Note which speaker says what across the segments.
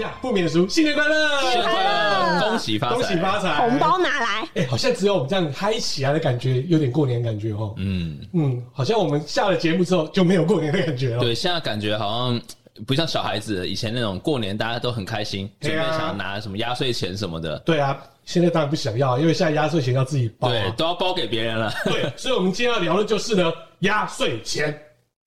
Speaker 1: 呀，不免俗，新年快乐！
Speaker 2: 新年快乐
Speaker 3: 恭喜发财，
Speaker 1: 恭喜发财！
Speaker 2: 红包拿来，
Speaker 1: 哎、好像只有我们这样嗨起来的感觉，有点过年的感觉哦。
Speaker 3: 嗯，
Speaker 1: 嗯，好像我们下了节目之后就没有过年的感觉了。
Speaker 3: 对，现在感觉好像不像小孩子以前那种过年大家都很开心，
Speaker 1: 对
Speaker 3: 准
Speaker 1: 啊
Speaker 3: 备想拿什么压岁钱什么的，
Speaker 1: 对啊，现在当然不想要，因为现在压岁钱要自己包、
Speaker 3: 对，
Speaker 1: 啊。
Speaker 3: 都要包给别人了，
Speaker 1: 对，所以我们今天要聊的就是呢压岁钱。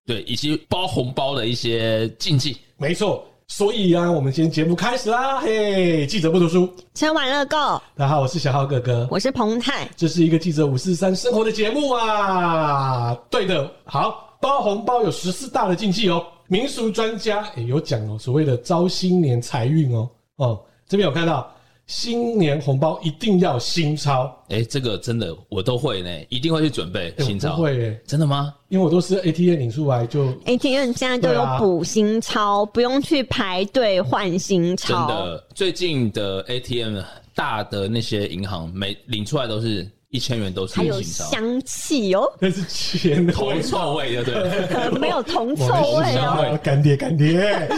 Speaker 3: 对，以及包红包的一些禁忌。
Speaker 1: 没错，所以啊，我们今天节目开始啦。嘿，记者不读书，
Speaker 2: 吃完乐购，
Speaker 1: 大家好，我是小浩哥哥。
Speaker 2: 我是彭泰，
Speaker 1: 这是一个记者五四三生活的节目啊。对的，好，包红包有十四大的禁忌哦。民俗专家诶有讲哦，所谓的招新年财运哦。哦，这边有看到，新年红包一定要新钞，
Speaker 3: 哎、这个真的我都会呢，一定会去准备
Speaker 1: 诶
Speaker 3: 新
Speaker 1: 哎我
Speaker 3: 钞。
Speaker 1: 不会耶，
Speaker 3: 真的吗？
Speaker 1: 因为我都是 ATM 领出来就。
Speaker 2: ATM 哎现在都
Speaker 1: 对
Speaker 2: 有
Speaker 1: 啊
Speaker 2: 补新钞，不用去排队换新
Speaker 3: 真
Speaker 2: 钞。
Speaker 3: 的，最近的 ATM 大的那些银行，每领出来都是一千元都是
Speaker 2: 还有
Speaker 3: 新钞，
Speaker 2: 香气哦，
Speaker 1: 那是钱的味道
Speaker 3: 铜臭味，对不对？
Speaker 2: 没有铜臭
Speaker 1: 我们
Speaker 2: 味
Speaker 1: 是
Speaker 3: 香
Speaker 2: 哦。
Speaker 3: 味
Speaker 1: 干爹干爹，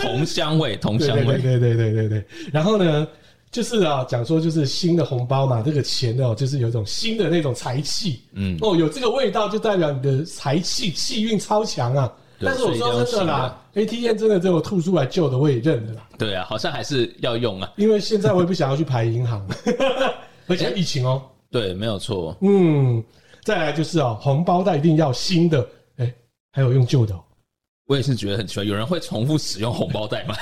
Speaker 3: 铜香味，铜
Speaker 1: 对
Speaker 3: 香
Speaker 1: 对对
Speaker 3: 味。
Speaker 1: 对对对对对。然后呢，就是啊，讲说就是新的红包嘛，这个钱哦，就是有一种新的那种财气，
Speaker 3: 嗯，
Speaker 1: 哦，有这个味道就代表你的财气气运超强啊。
Speaker 3: 对
Speaker 1: 但是我说真的啦，ATM 真的只有吐出来旧的我也认了啦，
Speaker 3: 对啊，好像还是要用啊。
Speaker 1: 因为现在我也不想要去排银行，而且疫情哦、
Speaker 3: 对，没有错。
Speaker 1: 嗯，再来就是哦、红包袋一定要新的，哎、还有用旧的、哦。
Speaker 3: 我也是觉得很奇怪，有人会重复使用红包袋吗？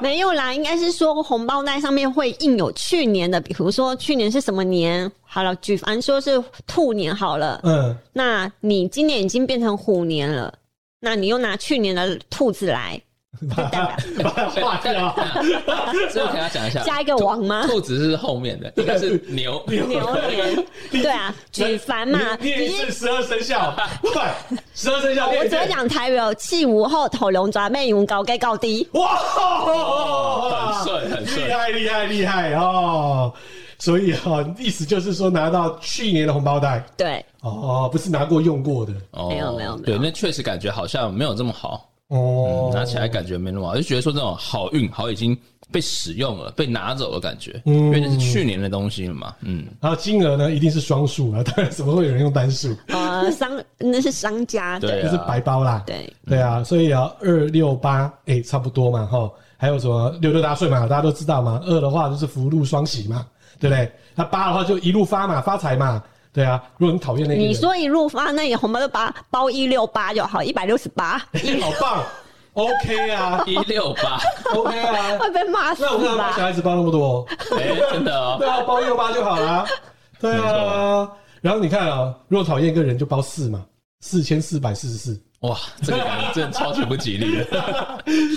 Speaker 2: 没有啦，应该是说红包袋上面会印有去年的，比如说去年是什么年？好了，举凡说是兔年好了，
Speaker 1: 嗯，
Speaker 2: 那你今年已经变成虎年了，那你又拿去年的兔子来，就代表
Speaker 1: 把它划 掉。
Speaker 3: 这个给他讲一下。
Speaker 2: 加一个王吗？
Speaker 3: 兔子是后面的，应该是牛。
Speaker 2: 牛 年，对啊，举凡嘛，
Speaker 1: 念念一
Speaker 2: 已经
Speaker 1: 次十二生肖，快，十二生肖
Speaker 2: 我
Speaker 1: 念一
Speaker 2: 只
Speaker 1: 遍。
Speaker 2: 会讲台语哦，气无后头龙爪妹用高盖高低，
Speaker 1: 哇，
Speaker 3: 很顺很 顺
Speaker 1: 厉害厉害厉害哦！所以哈、哦，意思就是说拿到去年的红包袋
Speaker 2: 对，
Speaker 1: 哦，不是拿过用过的
Speaker 3: 哦
Speaker 2: 没有没有没有
Speaker 3: 对，那确实感觉好像没有这么好，
Speaker 1: 哦、
Speaker 3: 拿起来感觉没那么好，就觉得说这种好运好已经被使用了，被拿走的感觉，
Speaker 1: 嗯
Speaker 3: 因为那是去年的东西了嘛。嗯，
Speaker 1: 然后金额呢一定是双数啊，当然怎么会有人用单数？
Speaker 2: 呃，商那是商家
Speaker 3: 对
Speaker 1: 就
Speaker 2: 的，
Speaker 1: 是白包啦。
Speaker 2: 对，
Speaker 1: 对啊，所以啊，二六八哎，差不多嘛哈。还有什么六六大顺嘛，大家都知道嘛。二的话就是福禄双喜嘛，对不对？那八的话就一路发嘛，发财嘛。对啊，如果你讨厌那个人，
Speaker 2: 你说一路发，那你红包就把包一六八就好，一百六十八，
Speaker 1: 哎好棒，OK 啊
Speaker 3: 一六八，
Speaker 1: ，OK 啊。
Speaker 2: 会被骂死
Speaker 1: 那我干嘛帮小
Speaker 2: 吧？
Speaker 1: 孩子包那么多？
Speaker 3: 哎，真的哦
Speaker 1: 对，啊，包六八就好啦。对
Speaker 3: 没
Speaker 1: 啊，然后你看啊、如果讨厌一个人就包四嘛，四千四百四十四，
Speaker 3: 哇，这个感觉真的超级不吉利的，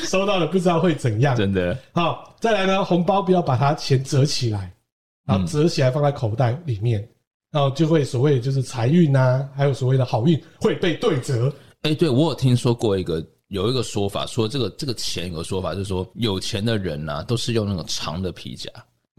Speaker 1: 收到了不知道会怎样。
Speaker 3: 真的。
Speaker 1: 好，再来呢，红包不要把它钱折起来，
Speaker 3: 嗯
Speaker 1: 然后折起来放在口袋里面，然后就会所谓的就是财运呐，还有所谓的好运会被对折。
Speaker 3: 哎，对我有听说过一个。有一个说法，说这个这个钱有个说法，就是说有钱的人呐、都是用那种长的皮夹，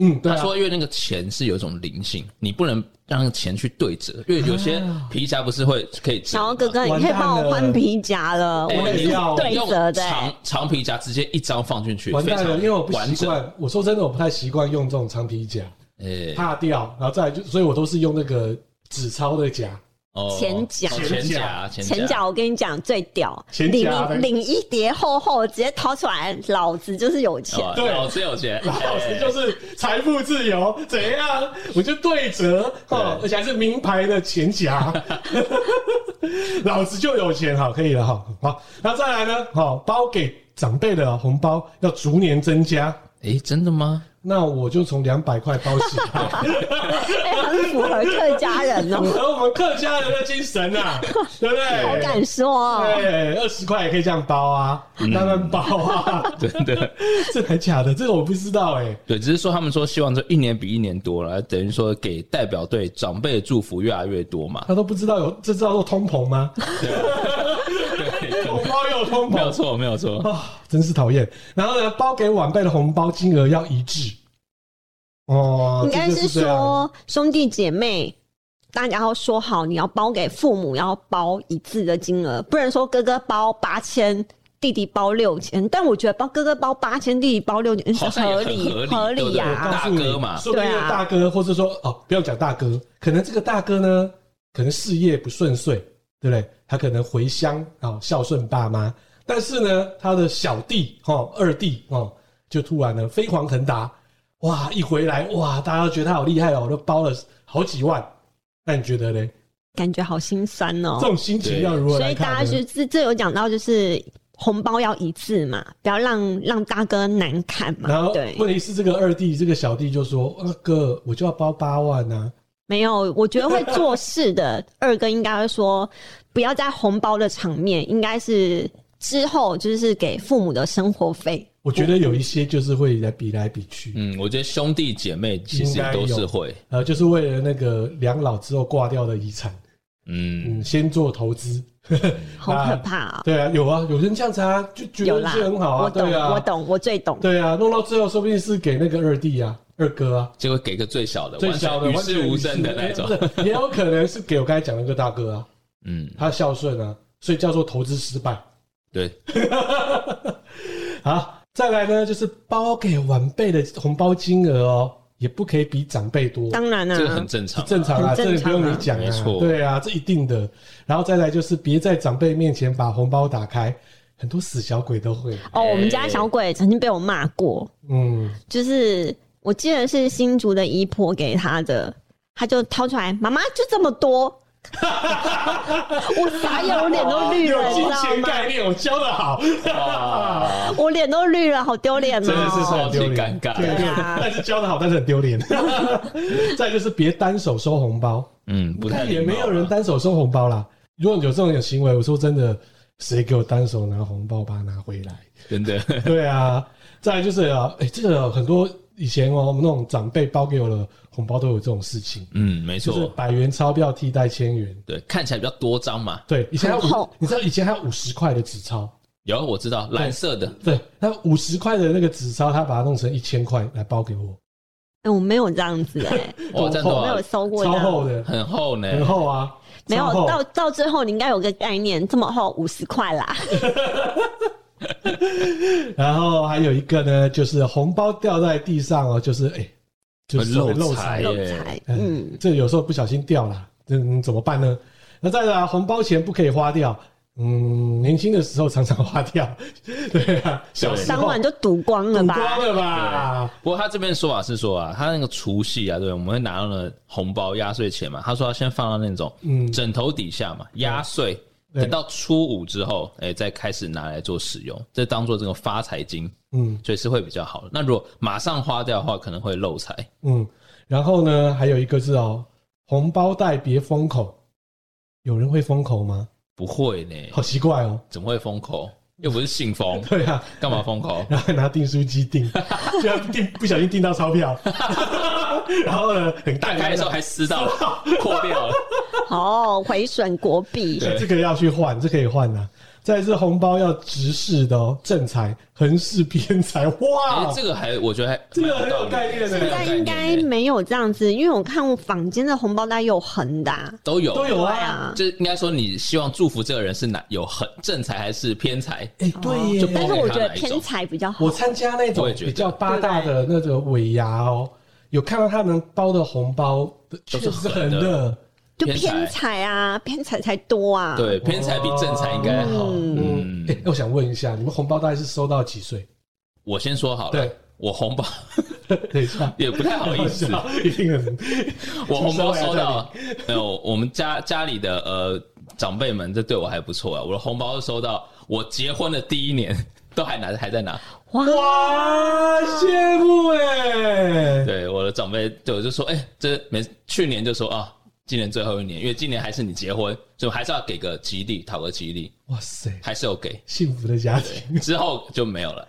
Speaker 1: 嗯，对
Speaker 3: 他
Speaker 1: 啊，
Speaker 3: 说，因为那个钱是有一种灵性，你不能让那个钱去对折，因为有些
Speaker 1: 啊
Speaker 3: 皮夹不是会可以折的
Speaker 2: 小
Speaker 3: 吗。
Speaker 2: 欧哥哥，你
Speaker 1: 完蛋
Speaker 2: 可以帮我换皮夹了，
Speaker 3: 哎，
Speaker 2: 我的
Speaker 3: 你
Speaker 2: 是
Speaker 1: 要
Speaker 2: 对
Speaker 3: 用
Speaker 2: 折的、
Speaker 3: 长长皮夹直接一张放进去，
Speaker 1: 完蛋
Speaker 3: 非
Speaker 1: 了，
Speaker 3: 常
Speaker 1: 因为我不
Speaker 3: 完
Speaker 1: 习
Speaker 3: 整。
Speaker 1: 惯。我说真的，我不太习惯用这种长皮夹，
Speaker 3: 哎，
Speaker 1: 怕掉，然后再来就，所以我都是用那个纸钞的夹。
Speaker 3: 哦
Speaker 2: 前夹
Speaker 3: 哦前夹，
Speaker 2: 前
Speaker 3: 夹，
Speaker 2: 脚我跟你讲最屌，
Speaker 1: 前
Speaker 2: 领
Speaker 1: 脚
Speaker 2: 一领一叠厚厚，直接掏出来，老子就是有钱。
Speaker 3: 哦
Speaker 1: 对
Speaker 3: 老子有钱，
Speaker 1: 老师就是财富自由，怎样？我就对折哦，
Speaker 3: 对
Speaker 1: 而且还是名牌的钱夹， 老子就有钱，好，可以了哈。好，那再来呢？好，包给长辈的红包要逐年增加，
Speaker 3: 哎，真的吗？
Speaker 1: 那我就从两百块包起来，
Speaker 2: 哎、很符合客家人哦、
Speaker 1: 符合我们客家人的精神啊，对不 对？
Speaker 2: 好敢说哦、
Speaker 1: 对，二十块也可以这样包啊，
Speaker 3: 嗯
Speaker 1: 慢慢包啊，
Speaker 3: 真的，
Speaker 1: 这还假的？这个我不知道哎、
Speaker 3: 对，只是说他们说希望这一年比一年多了，等于说给代表队长辈的祝福越来越多 嘛。
Speaker 1: 他都不知道有这知道做通膨吗？
Speaker 3: 对，
Speaker 1: 红包有通
Speaker 3: 没
Speaker 1: 膨
Speaker 3: 有，错，没有错。
Speaker 1: 啊，真是讨厌。然后呢，包给晚辈的红包金额要一致。哦，
Speaker 2: 应该
Speaker 1: 这就是这样，
Speaker 2: 说兄弟姐妹，大家要说好，你要包给父母要包一致的金额，不能说哥哥包八千，弟弟包六千，但我觉得包哥哥包八千，弟弟包六千是
Speaker 3: 好像也
Speaker 2: 合
Speaker 3: 很
Speaker 2: 理
Speaker 3: 合理
Speaker 2: 合
Speaker 3: 对不对
Speaker 2: 理啊呀、
Speaker 1: 我告诉你
Speaker 3: 大哥嘛
Speaker 1: 说不定
Speaker 2: 对啊
Speaker 1: 大哥，或者说哦，不要讲大哥，可能这个大哥呢，可能事业不顺遂，对不对？他可能回乡啊、哦，孝顺爸妈，但是呢，他的小弟哦，二弟哦，就突然呢飞黄腾达，哇，一回来哇，大家都觉得他好厉害哦，都包了好几万。那你觉得呢？
Speaker 2: 感觉好心酸哦、
Speaker 1: 这种心情要如何
Speaker 2: 所
Speaker 1: 来
Speaker 2: 以
Speaker 1: 看
Speaker 2: 大家
Speaker 1: 呢？
Speaker 2: 就这这有讲到，就是红包要一致嘛，不要让让大哥难看
Speaker 1: 然
Speaker 2: 嘛。
Speaker 1: 后
Speaker 2: 对，
Speaker 1: 问题是这个二弟这个小弟就说：“呃哥，我就要包八万啊。
Speaker 2: 没有，我觉得会做事的二哥应该会说，不要在红包的场面，应该是之后就是给父母的生活费。”
Speaker 1: 我觉得有一些就是会来比来比去，
Speaker 3: 嗯，我觉得兄弟姐妹其实都是会，
Speaker 1: 呃，就是为了那个两老之后挂掉的遗产，
Speaker 3: 嗯，
Speaker 1: 嗯，先做投资，
Speaker 2: 好可怕啊！
Speaker 1: 对啊，有啊，有人这样子啊，就觉
Speaker 2: 有
Speaker 1: 得
Speaker 2: 啦，
Speaker 1: 是很好啊，
Speaker 2: 我懂
Speaker 1: 对，啊，
Speaker 2: 我，懂，我最懂。
Speaker 1: 对啊，弄到最后说不定是给那个二弟啊、二哥啊，
Speaker 3: 结果给个最小的，
Speaker 1: 最小的
Speaker 3: 完
Speaker 1: 完
Speaker 3: 全
Speaker 1: 全
Speaker 3: 与世无 争的那种，
Speaker 1: 不是也有可能是给我刚才讲那个大哥啊，
Speaker 3: 嗯，
Speaker 1: 他孝顺啊，所以叫做投资失败。
Speaker 3: 对，
Speaker 1: 好，再来呢，就是包给晚辈的红包金额哦，也不可以比长辈多，
Speaker 2: 当然
Speaker 3: 这个很
Speaker 2: 啊，
Speaker 3: 正常，
Speaker 1: 正常啊，
Speaker 2: 很
Speaker 1: 这
Speaker 2: 正
Speaker 1: 个不用
Speaker 2: 常啊
Speaker 1: 你讲
Speaker 3: 没
Speaker 1: 啊
Speaker 3: 错，
Speaker 1: 对啊，这一定的。然后再来就是别在长辈面前把红包打开，很多死小鬼都会，
Speaker 2: 哦，我们家小鬼曾经被我骂过，
Speaker 1: 嗯，
Speaker 2: 就是我记得是新竹的姨婆给他的，他就掏出来，妈妈就这么多， 我傻眼，我脸都绿 了，
Speaker 1: 有
Speaker 2: 你
Speaker 1: 金
Speaker 2: 知道
Speaker 1: 钱
Speaker 2: 吗？
Speaker 1: 概念，我教的好，
Speaker 3: 哇
Speaker 2: 我脸都绿了，好丢脸
Speaker 1: 真的是
Speaker 2: 哦！
Speaker 1: 很丢脸，
Speaker 3: 超级尴尬
Speaker 1: 对
Speaker 2: 对 啊
Speaker 1: 但是教的好，但是很丢 脸。再来就是别单手收红包，
Speaker 3: 嗯，不太
Speaker 1: 但也
Speaker 3: 礼貌
Speaker 1: 没有人
Speaker 3: 啊
Speaker 1: 单手收红包啦。如果有这种行为，我说真的，谁给我单手拿红包，把它拿回来。
Speaker 3: 真的，
Speaker 1: 对啊，再来就是啊，哎、这个很多以前哦，我们那种长辈包给我的红包都有这种事情，
Speaker 3: 嗯，没
Speaker 1: 就是
Speaker 3: 错，
Speaker 1: 百元钞票替代千元。
Speaker 3: 对，看起来比较多张嘛，
Speaker 1: 对，以前还有
Speaker 2: 很
Speaker 1: 五
Speaker 2: 厚，
Speaker 1: 你知道以前还有五十块的纸钞，
Speaker 3: 有我知道蓝色的，
Speaker 1: 对，那五十块的那个纸钞，他把它弄成一千块来包给我，
Speaker 2: 哎我没有这样子哎、
Speaker 3: 哇，真的
Speaker 2: 我没有
Speaker 3: 哦
Speaker 2: 收过这
Speaker 1: 超
Speaker 2: 样
Speaker 1: 厚的，
Speaker 3: 很厚呢，
Speaker 1: 很厚啊，
Speaker 2: 没有
Speaker 1: 超厚
Speaker 2: 到到最后，你应该有个概念，这么厚五十块啦，
Speaker 1: 然后还有一个呢，就是红包掉在地上哦，就是哎、就是
Speaker 3: 会漏
Speaker 1: 漏
Speaker 3: 财哎
Speaker 2: 漏财，
Speaker 1: 嗯
Speaker 2: 嗯，，
Speaker 1: 这有时候不小心掉了，嗯，怎么办呢？那再来啊，红包钱不可以花掉，嗯，年轻的时候常常花掉， 对啊，小时
Speaker 2: 当
Speaker 1: 候
Speaker 2: 晚就赌光了
Speaker 1: 赌
Speaker 2: 吧
Speaker 1: 光？了吧？
Speaker 3: 不过他这边说法是说啊，他那个除夕啊，对，我们会拿到了红包压岁钱嘛。他说要先放到那种
Speaker 1: 嗯
Speaker 3: 枕头底下嘛，压岁，
Speaker 1: 对
Speaker 3: 等到初五之后，哎、再开始拿来做使用，这当做这个发财金，
Speaker 1: 嗯
Speaker 3: 所以是会比较好的。那如果马上花掉的话，可能会漏财。
Speaker 1: 嗯，然后呢，还有一个是哦，红包袋别封口，有人会封口吗？
Speaker 3: 不会 呢，
Speaker 1: 好奇怪哦，
Speaker 3: 怎么会封口？又不是信封，
Speaker 1: 对啊，
Speaker 3: 干嘛封 口？
Speaker 1: 然后拿订书机订，就订不小心订到钞票， 然后呢，很
Speaker 3: 打
Speaker 1: 大
Speaker 3: 开的时候还撕到破掉 了，
Speaker 2: 哦，毁损国币，
Speaker 1: 这个要去换，这可以换啊。再来是红包要直视的哦，正财、横视、偏财，
Speaker 3: 哎、
Speaker 1: 哇，
Speaker 3: 这个还我觉得还
Speaker 1: 这个很有概念的
Speaker 2: 现在应该没有这样子，因为我看坊间的红包袋有横的啊、
Speaker 3: 都有
Speaker 1: 都有
Speaker 2: 对
Speaker 1: 啊。
Speaker 2: 啊
Speaker 3: 就是应该说，你希望祝福这个人是哪有很正财还是偏财？
Speaker 1: 哎、对
Speaker 3: 哦就
Speaker 2: 但
Speaker 1: 耶，
Speaker 2: 是我觉得偏财比较好
Speaker 1: 我。参加那种
Speaker 3: 我也觉得
Speaker 1: 比较八大的那种尾牙哦，有看到他们包的红包确
Speaker 3: 都
Speaker 1: 实
Speaker 3: 是
Speaker 1: 是
Speaker 3: 狠
Speaker 1: 很
Speaker 3: 的
Speaker 1: 热，
Speaker 2: 就
Speaker 3: 偏财
Speaker 2: 偏财啊，偏财才多啊。，哦
Speaker 3: 对，偏财比正财应该好。
Speaker 1: 嗯，哎、我想问一下，你们红包大概是收到几岁？
Speaker 3: 我先说好了
Speaker 1: 对，
Speaker 3: 我红包
Speaker 1: 等一下，
Speaker 3: 也不太好 意思，
Speaker 1: 笑，一定很，
Speaker 3: 我红包收到，没有，我们家家里的呃长辈们，这对我还不错啊。我的红包收到，我结婚的第一年都还拿，还在拿。
Speaker 2: 哇，
Speaker 1: 哇，羡慕哎、
Speaker 3: 对，我的长辈对我就说，哎、这没去年就说啊，今年最后一年，因为今年还是你结婚，所以我还是要给个吉利，讨个吉利，
Speaker 1: 哇塞，
Speaker 3: 还是有给。
Speaker 1: 幸福的家庭。
Speaker 3: 之后就没有了。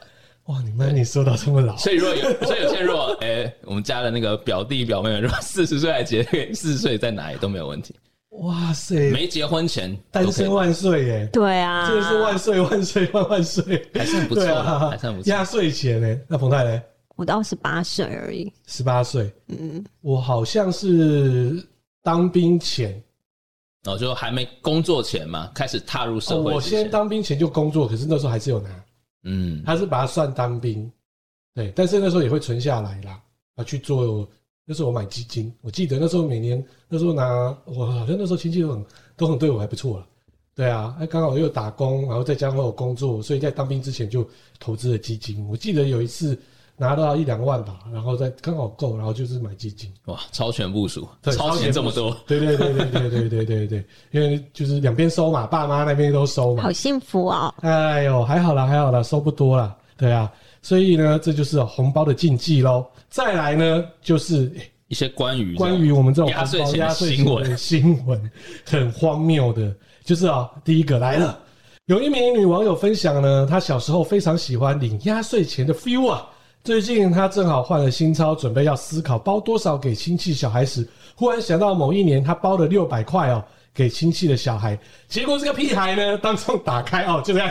Speaker 1: 哇，你妈你收到这么老，
Speaker 3: 所以如果有，所以有些如果，哎、我们家的那个表弟表妹，如果四十岁还结，四十岁在哪里都没有问题。
Speaker 1: 哇塞，
Speaker 3: 没结婚前都
Speaker 1: 单
Speaker 3: 可以
Speaker 1: 身万岁耶！
Speaker 2: 对啊，
Speaker 1: 真的是万岁万岁万万岁，
Speaker 3: 还算不错啊
Speaker 1: 对啊
Speaker 3: 还算不错
Speaker 1: 压岁钱呢？那彭太呢？
Speaker 2: 我到十八岁而已。
Speaker 1: 十八岁，
Speaker 2: 嗯，
Speaker 1: 我好像是当兵前
Speaker 3: 哦，就还没工作前嘛，开始踏入社
Speaker 1: 哦
Speaker 3: 会
Speaker 1: 我
Speaker 3: 之
Speaker 1: 先
Speaker 3: 前，
Speaker 1: 当兵前就工作，可是那时候还是有拿，
Speaker 3: 嗯，
Speaker 1: 他是把它算当兵，对，但是那时候也会存下来啦，啊，去做。那时候我买基金，我记得那时候每年那时候拿，我好像那时候亲戚都很都很对我还不错了，对啊，哎，刚好又打工，然后再加上我工作，所以在当兵之前就投资了基金。我记得有一次拿到一两万吧，然后再刚好够，然后就是买基金。
Speaker 3: 哇，超前部署，
Speaker 1: 对
Speaker 3: 超
Speaker 1: 超前
Speaker 3: 前这么多，
Speaker 1: 对对对对对对对对对，因为就是两边收嘛，爸妈那边都收嘛
Speaker 2: 好，幸福哦！
Speaker 1: 哎呦，还好啦，还好啦，收不多啦，对啊，所以呢，这就是哦红包的禁忌喽。再来呢，就是、诶
Speaker 3: 一些关于
Speaker 1: 关于我们这种
Speaker 3: 压岁
Speaker 1: 红包
Speaker 3: 钱的
Speaker 1: 压岁钱
Speaker 3: 新闻
Speaker 1: 的新闻，很荒谬的，就是啊、第一个来了，有一名女网友分享呢，她小时候非常喜欢领压岁钱的 feel 啊。最近她正好换了新钞，准备要思考包多少给亲戚小孩时，忽然想到某一年她包了六百块哦。给亲戚的小孩，结果这个屁孩呢，当众打开哦，就这样，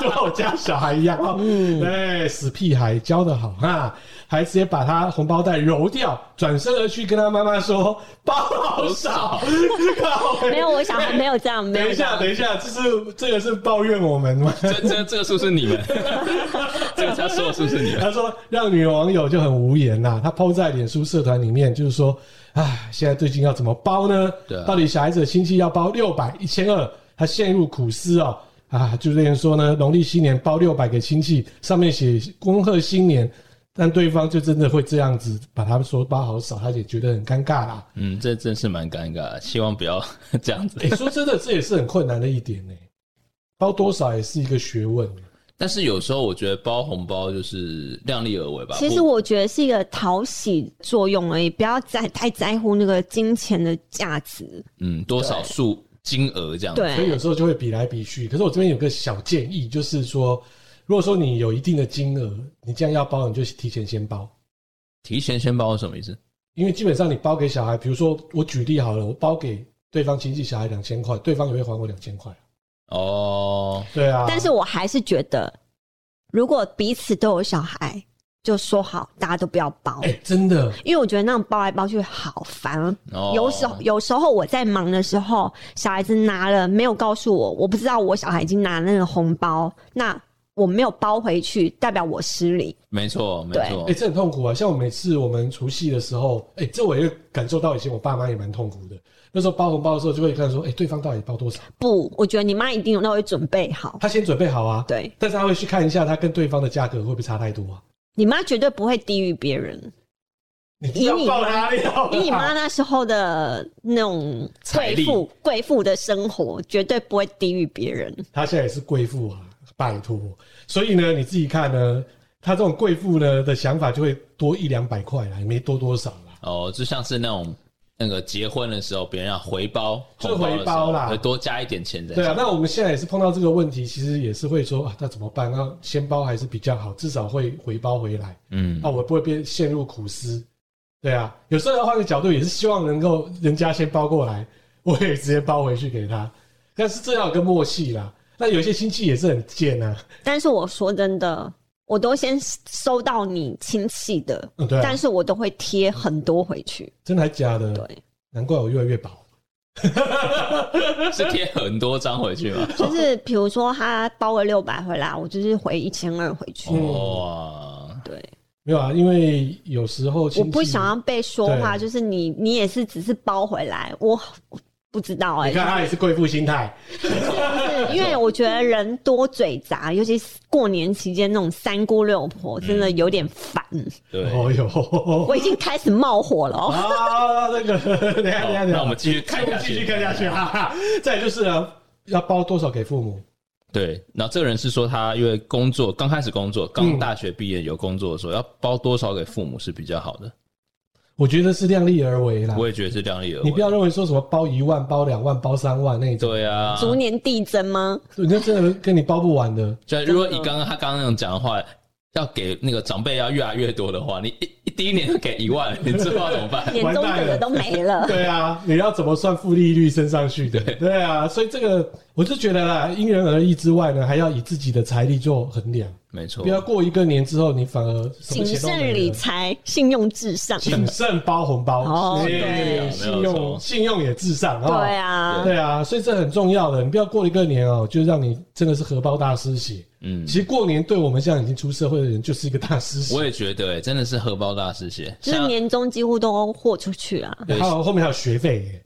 Speaker 1: 就和我家小孩一样哦，
Speaker 2: 嗯
Speaker 1: 哎，死屁孩，教的好哈，还直接把他红包袋揉掉，转身而去跟他妈妈说包好 少，靠
Speaker 2: 没有，我小孩没有这样，没
Speaker 1: 等
Speaker 2: 有
Speaker 1: 一
Speaker 2: 这
Speaker 1: 下，
Speaker 2: 样
Speaker 1: 等一下，这是这个是抱怨我们吗？
Speaker 3: 这这这个是不是你们？这个他说的是不是你们？
Speaker 1: 他说让女网友就很无言啦、他抛在脸书社团里面，就是说，唉，现在最近要怎么包呢？
Speaker 3: 对啊
Speaker 1: 到底小孩子的亲戚要包六百、一千二，他陷入苦思哦。啊，就这样说呢，农历新年包六百给亲戚，上面写恭贺新年，但对方就真的会这样子把他说包好少，他也觉得很尴尬啦。
Speaker 3: 嗯，这真是蛮尴尬的，希望不要这样子
Speaker 1: 哎、。说真的，这也是很困难的一点呢、包多少也是一个学问。
Speaker 3: 但是有时候我觉得包红包就是量力而为吧。
Speaker 2: 其实
Speaker 3: 不
Speaker 2: 我觉得是一个讨喜作用而已，不要再太在乎那个金钱的价值。
Speaker 3: 嗯，多少
Speaker 2: 对
Speaker 3: 数金额这样子。
Speaker 1: 哦所以
Speaker 2: 对，
Speaker 1: 有时候就会比来比去。可是我这边有个小建议，就是说，如果说你有一定的金额，你这样要包，你就提前先包，
Speaker 3: 提前先包是什么意思？
Speaker 1: 因为基本上你包给小孩，比如说我举例好了，我包给对方亲戚小孩两千块，对方也会还我两千块。
Speaker 3: 哦，
Speaker 1: 对啊，
Speaker 2: 但是我还是觉得，如果彼此都有小孩，就说好，大家都不要包。
Speaker 1: 哎、真的，
Speaker 2: 因为我觉得那种包来包去好烦，
Speaker 3: 哦
Speaker 2: 有时候有时候我在忙的时候，小孩子拿了没有告诉我，我不知道我小孩已经拿了那个红包，那我没有包回去，代表我失礼。
Speaker 3: 没错，没
Speaker 2: 对
Speaker 1: 哎、
Speaker 3: 错。
Speaker 1: 这很痛苦啊！像我每次我们除夕的时候，哎、这我也感受到，以前我爸妈也蛮痛苦的。那时候包红包的时候，就会看说，哎、对方到底包多少？
Speaker 2: 不，我觉得你妈一定有那会准备好。
Speaker 1: 他先准备好啊，
Speaker 2: 对
Speaker 1: 但是他会去看一下他跟对方的价格会不会差太多啊？
Speaker 2: 你妈绝对不会低于别人，
Speaker 1: 你
Speaker 2: 以你
Speaker 1: 爆他料
Speaker 2: 以你
Speaker 1: 啦
Speaker 2: 妈那时候的那种
Speaker 3: 财
Speaker 2: 贵
Speaker 3: 力
Speaker 2: 妇贵妇的生活，绝对不会低于别人。
Speaker 1: 她现在也是贵妇啊，拜托。所以呢，你自己看呢，她这种贵妇呢的想法就会多一两百块啦，也没多多少啦。
Speaker 3: 哦，就像是那种那个结婚的时候，别人要回包，
Speaker 1: 就
Speaker 3: 红包的时候
Speaker 1: 回包啦
Speaker 3: 会多加一点钱在
Speaker 1: 对啊
Speaker 3: 上，面。
Speaker 1: 那我们现在也是碰到这个问题，其实也是会说啊，那怎么办？那先包还是比较好，至少会回包回来。
Speaker 3: 嗯
Speaker 1: 啊，，我不会变陷入苦思。对啊，有时候要换个角度，也是希望能够人家先包过来，我也直接包回去给他。但是这要有个默契啦。那有些亲戚也是很贱啊，
Speaker 2: 但是我说真的，我都先收到你亲戚的，
Speaker 1: 嗯，对啊
Speaker 2: 但，是我都会贴很多回去。
Speaker 1: 真的还假的？
Speaker 2: 对，
Speaker 1: 难怪我越来越薄。
Speaker 3: 是贴很多张回去吗？
Speaker 2: 就是比如说他包了六百回来，我就是回一千二回去。
Speaker 1: 嗯
Speaker 3: 哦哇，
Speaker 2: 对，
Speaker 1: 没有啊，因为有时候亲
Speaker 2: 我
Speaker 1: 戚
Speaker 2: 不想要被说话，
Speaker 1: 对
Speaker 2: 就是你你也是只是包回来，我我不知道哎、
Speaker 1: 你看他也是贵妇心态，
Speaker 2: 就是 因为我觉得人多嘴杂，尤其是过年期间那种三姑六婆，真的有点烦。
Speaker 3: 对。
Speaker 1: 哦哟，
Speaker 2: 我已经开始冒火了哦。
Speaker 1: 啊，那个等一下等一下
Speaker 3: 好
Speaker 1: 等一下，
Speaker 3: 那我们继续看下
Speaker 1: 继续
Speaker 3: 去。
Speaker 1: 看下去，哈 哈。再来就是呢，要包多少给父母？
Speaker 3: 对，然后这个人是说他因为工作刚开始工作，刚
Speaker 1: 嗯
Speaker 3: 大学毕业有工作的时候，要包多少给父母是比较好的。
Speaker 1: 我觉得是量力而为啦。
Speaker 3: 我也觉得是量力而为。
Speaker 1: 你不要认为说什么包一万、包两万、包三万那种，
Speaker 3: 对啊，
Speaker 2: 逐年递增吗？
Speaker 1: 人家真的跟你包不完的。
Speaker 3: 就如果以刚刚他刚刚那种讲的话，要给那个长辈要越来越多的话，你一一第一年 就给一万，你这话怎么办？
Speaker 2: 年终给的都没了。
Speaker 1: 对啊，你要怎么算负利率升上去的？对啊，所以这个我就觉得啦，因人而异之外呢，还要以自己的财力做衡量。
Speaker 3: 没错
Speaker 1: 不，要过一个年之后，你反而什么
Speaker 2: 谨
Speaker 1: 钱都没
Speaker 2: 慎
Speaker 1: 了
Speaker 2: 理财，信用至上。
Speaker 1: 谨慎包红包，
Speaker 2: 哦
Speaker 1: 是
Speaker 2: 对
Speaker 1: 信
Speaker 3: 没有错
Speaker 1: 用信用也至上啊。
Speaker 2: 对啊，
Speaker 1: 对啊，所以这很重要的，你不要过了一个年哦、就让你真的是荷包大失血。
Speaker 3: 嗯
Speaker 1: 其，实过年对我们现在已经出社会的人就是一个大失血
Speaker 3: 我。也觉得、欸，真的是荷包大失血。
Speaker 2: 就是
Speaker 3: 像
Speaker 2: 年终几乎都豁出去啊了。
Speaker 3: 对
Speaker 1: 还有后面还有学费耶，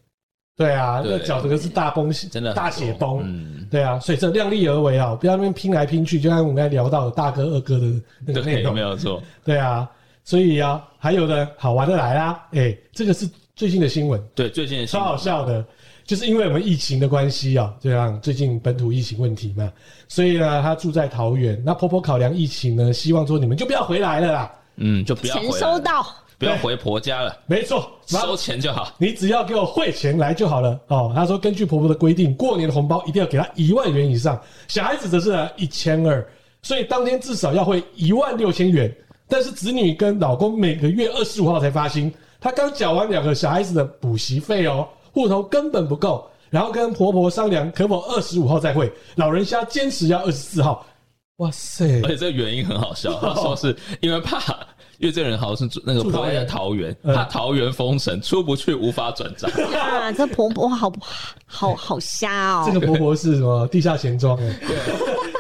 Speaker 1: 对啊，
Speaker 3: 对
Speaker 1: 那缴这个是大崩，
Speaker 3: 真的
Speaker 1: 大血崩。
Speaker 3: 嗯，
Speaker 1: 对啊，所以这量力而为啊，不要那边拼来拼去，就像我们刚才聊到的大哥二哥的那个内
Speaker 3: 对，
Speaker 1: 容
Speaker 3: 没。有错，
Speaker 1: 对啊，所以啊，还有的好玩的来啦，哎、这个是最近的新闻，
Speaker 3: 对，最近的新
Speaker 1: 超
Speaker 3: 闻
Speaker 1: 好笑的，就是因为我们疫情的关系啊、这样最近本土疫情问题嘛，所以呢，她住在桃园，那婆婆考量疫情呢，希望说你们就不要回来了啦，
Speaker 3: 嗯，就不要
Speaker 2: 钱
Speaker 3: 回来
Speaker 2: 收
Speaker 3: 了，
Speaker 2: 到，
Speaker 3: 不要回婆家了，
Speaker 1: 没错，然
Speaker 3: 收钱就好。
Speaker 1: 你只要给我汇钱来就好了哦。她说，根据婆婆的规定，过年的红包一定要给她一万元以上，小孩子则是一千二，所以当天至少要汇一万六千元。但是子女跟老公每个月二十五号才发薪，她刚缴完两个小孩子的补习费哦，户头根本不够。然后跟婆婆商量可否二十五号再汇，老人家坚持要二十四号。哇塞
Speaker 3: 而，且这个原因很好笑，他说是因为怕，因为这个人好像是住那个
Speaker 1: 住桃
Speaker 3: 婆家
Speaker 1: 园
Speaker 3: 在桃园，
Speaker 1: 嗯
Speaker 3: 怕桃园封城出不去，无法 转账。
Speaker 2: 啊，这婆婆好好好瞎哦、
Speaker 1: 这个婆婆是什么地下钱庄哎？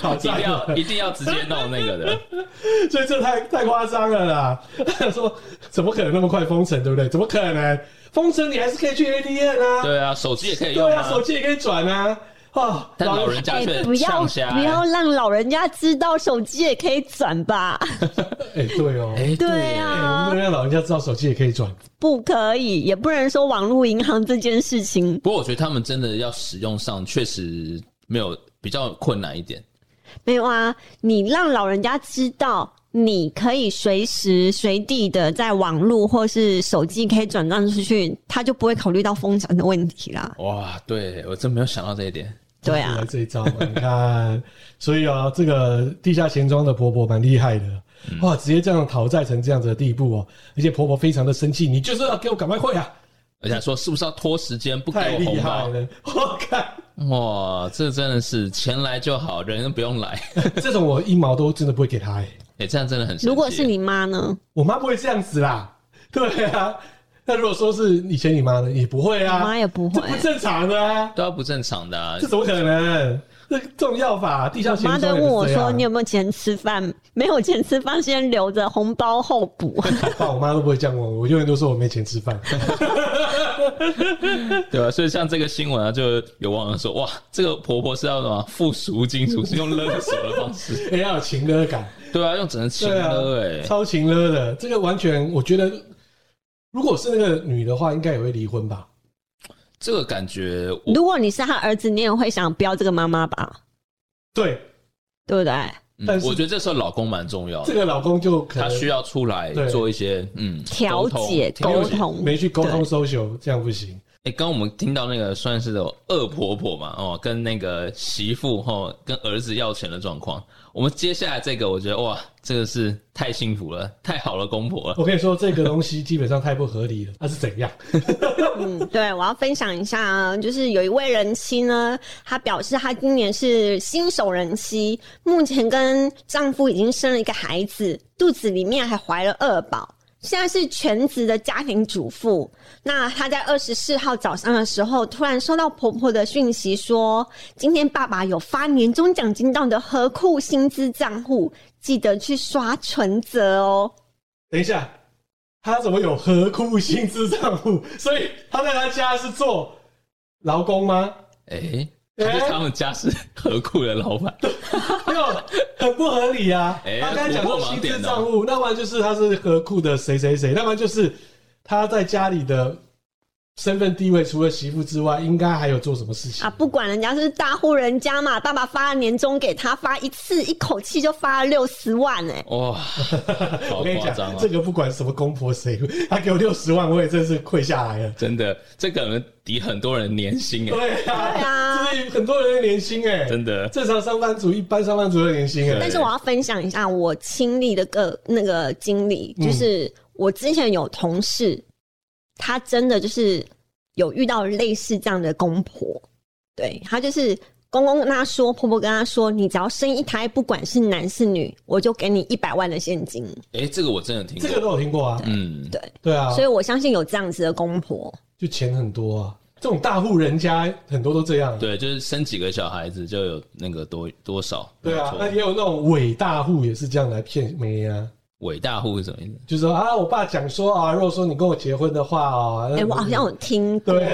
Speaker 1: 好
Speaker 3: 一定
Speaker 1: 赞哦
Speaker 3: 要一定要直接弄那个的，
Speaker 1: 所以这太太夸张了啦！ 他说怎么可能那么快封城，对不对？怎么可能封城？你还是可以去 ATM 啊，
Speaker 3: 对啊，手机也可以用
Speaker 1: 对啊，
Speaker 3: 啊，
Speaker 1: 手机也可以转啊。啊，
Speaker 3: 但老人家
Speaker 2: 哎、
Speaker 3: 却哎
Speaker 2: 不要
Speaker 3: 上下
Speaker 2: 不要让老人家知道手机也可以转吧？
Speaker 1: 哎、对哦，哎、
Speaker 3: 哎，
Speaker 2: 对
Speaker 1: 我们
Speaker 2: 啊
Speaker 1: 不，能让老人家知道手机也可以转。
Speaker 2: 不可以，也不能说网络银行这件事情，
Speaker 3: 不过我觉得他们真的要使用上，确实没有比较困难一点。
Speaker 2: 没有啊，你让老人家知道。你可以随时随地的在网络或是手机可以转账出去，他就不会考虑到风险的问题啦。
Speaker 3: 哇，对我真没有想到这一点。
Speaker 2: 对
Speaker 1: 就
Speaker 2: 啊
Speaker 1: 来，这一招嘛，你 看，所以啊、这个地下钱庄的婆婆蛮厉害的，
Speaker 3: 嗯
Speaker 1: 哇，直接这样讨债成这样子的地步哦，而且婆婆非常的生气，你就是要给我赶快汇啊，
Speaker 3: 而且还说是不是要拖时间不给
Speaker 1: 太
Speaker 3: 我
Speaker 1: 厉
Speaker 3: 红
Speaker 1: 害了，我看。
Speaker 3: 包？哇，这真的是钱来就好，人不用来。
Speaker 1: 这种我一毛都真的不会给她哎、
Speaker 3: 哎，这样真的很神奇。
Speaker 2: 如果是你妈呢？
Speaker 1: 我妈不会这样子啦， 对啊。那如果说是以前你妈呢，也不会
Speaker 2: 我妈
Speaker 1: 啊，
Speaker 2: 也不
Speaker 1: 这
Speaker 2: 会，
Speaker 1: 不正常的啊，
Speaker 3: 都要不正常的啊
Speaker 1: 这，怎么可能？这这种要法，地下
Speaker 2: 我
Speaker 1: 钱
Speaker 2: 妈
Speaker 1: 庄
Speaker 2: 都
Speaker 1: 也
Speaker 2: 问我
Speaker 1: 不是这
Speaker 2: 说：“
Speaker 1: 样
Speaker 2: 你有没有钱吃饭？没有钱吃饭，先留着红包后补。
Speaker 1: 爸我妈都不会这样问我，我永远都说我没钱吃饭。
Speaker 3: 对吧、所以像这个新闻啊，就有网友说，哇，这个婆婆是要什么付赎金，赎是用勒索的方式，
Speaker 1: 哎，要有情勒感，
Speaker 3: 对啊，用只能请
Speaker 1: 对啊
Speaker 3: 勒哎、，
Speaker 1: 超情勒的，这个完全我觉得，如果是那个女的话，应该也会离婚吧？
Speaker 3: 这个感觉我，
Speaker 2: 如果你是他儿子，你也会想不要这个妈妈吧？
Speaker 1: 对，
Speaker 2: 对不对？
Speaker 3: 嗯
Speaker 1: 但是
Speaker 3: 我觉得这时候老公蛮重要
Speaker 1: 这
Speaker 3: 的，
Speaker 1: 个老公就可
Speaker 3: 他
Speaker 1: 能
Speaker 3: 需要出来
Speaker 1: 对
Speaker 3: 做一些嗯
Speaker 2: 调解
Speaker 3: 沟
Speaker 2: 沟
Speaker 3: 通。
Speaker 2: 通
Speaker 1: 没去沟通
Speaker 2: 对
Speaker 1: social，这样不行。
Speaker 3: 哎、刚刚我们听到那个算是有恶婆婆嘛，哦，跟那个媳妇哈、哦，跟儿子要钱的状况。我们接下来这个，我觉得哇，这个是太幸福了，太好了，公婆了。
Speaker 1: 我跟你说，这个东西基本上太不合理了，那是怎样？
Speaker 2: 嗯，对，我要分享一下，啊就是有一位人妻呢，她表示她今年是新手人妻，目前跟丈夫已经生了一个孩子，肚子里面还怀了二宝，现在是全职的家庭主妇。那她在二十四号早上的时候，突然收到婆婆的讯息说，今天爸爸有发年终奖金到你的合库薪资账户，记得去刷存折哦。
Speaker 1: 等一下，他怎么有何库薪资账户？ 所以他在他家是做劳工 吗？
Speaker 3: 哎、还是他们家是何库的老板，
Speaker 1: 没有，很不合理啊！
Speaker 3: 哎
Speaker 1: 他刚才讲说薪资账
Speaker 3: 突
Speaker 1: 户，那不然就是他是何库的谁谁谁，那不然就是他在家里的身份地位，除了媳妇之外，应该还有做什么事情
Speaker 2: 啊，？不管人家是大户人家嘛，爸爸发了年终给他发一次，一口气就发了六十万哎、
Speaker 3: 哇，好
Speaker 1: 我跟你
Speaker 3: 夸
Speaker 1: 讲
Speaker 3: 张，啊
Speaker 1: 这！个不管什么公婆谁，他给我六十万，我也真是跪下来 了。
Speaker 3: 真的，这可能抵很多人年薪哎、
Speaker 1: 对啊，
Speaker 2: 对啊
Speaker 1: 这是很多人的年薪哎、
Speaker 3: 真的
Speaker 1: 正常上班族一般上班族的年薪哎、
Speaker 3: 对啊
Speaker 2: 但是我要分享一下我亲历的个那个经历，就是我之前有同事，她真的就是有遇到类似这样的公婆，对她就是公公跟他说，婆婆跟他说，你只要生一胎，不管是男是女，我就给你一百万的现金。
Speaker 3: 哎，这个我真的听
Speaker 1: 这个
Speaker 3: 过，
Speaker 1: 都有听过啊，
Speaker 3: 嗯，
Speaker 2: 对，
Speaker 1: 对啊，
Speaker 2: 所以我相信有这样子的公婆。
Speaker 1: 就钱很多啊，这种大户人家很多都这样啊、
Speaker 3: 对，就是生几个小孩子就有那个多多少，
Speaker 1: 对啊，
Speaker 3: 没
Speaker 1: 那
Speaker 3: 有错
Speaker 1: 也有那种伟大户也是这样来骗媒啊，
Speaker 3: 伟大户是什么意思？
Speaker 1: 就是说啊，我爸讲说啊，如果说你跟我结婚的话啊，
Speaker 2: 哎、我好像有听过。
Speaker 1: 对。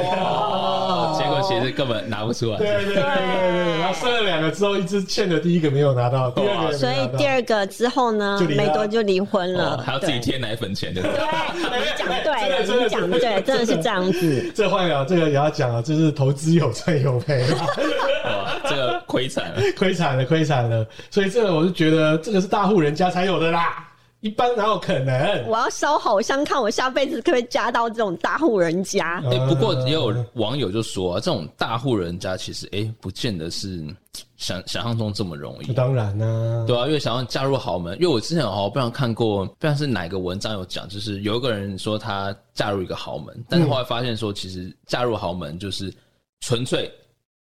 Speaker 3: 哦，结果其实根本拿不出来，
Speaker 1: 对对对对对，然后生了两个之后，一直欠的第一个没有拿到，第二个也
Speaker 2: 所
Speaker 1: 没拿
Speaker 2: 以
Speaker 1: 到
Speaker 2: 第二个之后呢
Speaker 1: 就，离了
Speaker 2: 没多久就离婚了，
Speaker 3: 哦还要自己贴奶粉钱，对不 对？
Speaker 2: 对。你讲对
Speaker 1: 哎
Speaker 2: 了，
Speaker 1: 真的真
Speaker 2: 你讲
Speaker 1: 的
Speaker 2: 对了，真的是这样子。
Speaker 1: 这换了，这个也要讲啊，这是投资有赚有赔啊，
Speaker 3: 哇，这个亏惨了，
Speaker 1: 亏惨了，亏惨了。所以这个我就觉得这个是大户人家才有的啦，一般哪有可能？
Speaker 2: 我要烧好香，看我下辈子可不可以嫁到这种大户人家。
Speaker 1: 嗯啊
Speaker 3: 哎、不过也有网友就说、啊，这种大户人家其实哎、不见得是想想象中这么容易。
Speaker 1: 当然啦、
Speaker 3: 对啊，因为想要嫁入豪门，因为我之前哦，不知道看过，不知道是哪个文章有讲，就是有一个人说他嫁入一个豪门，但是后来发现说，其实嫁入豪门就是纯粹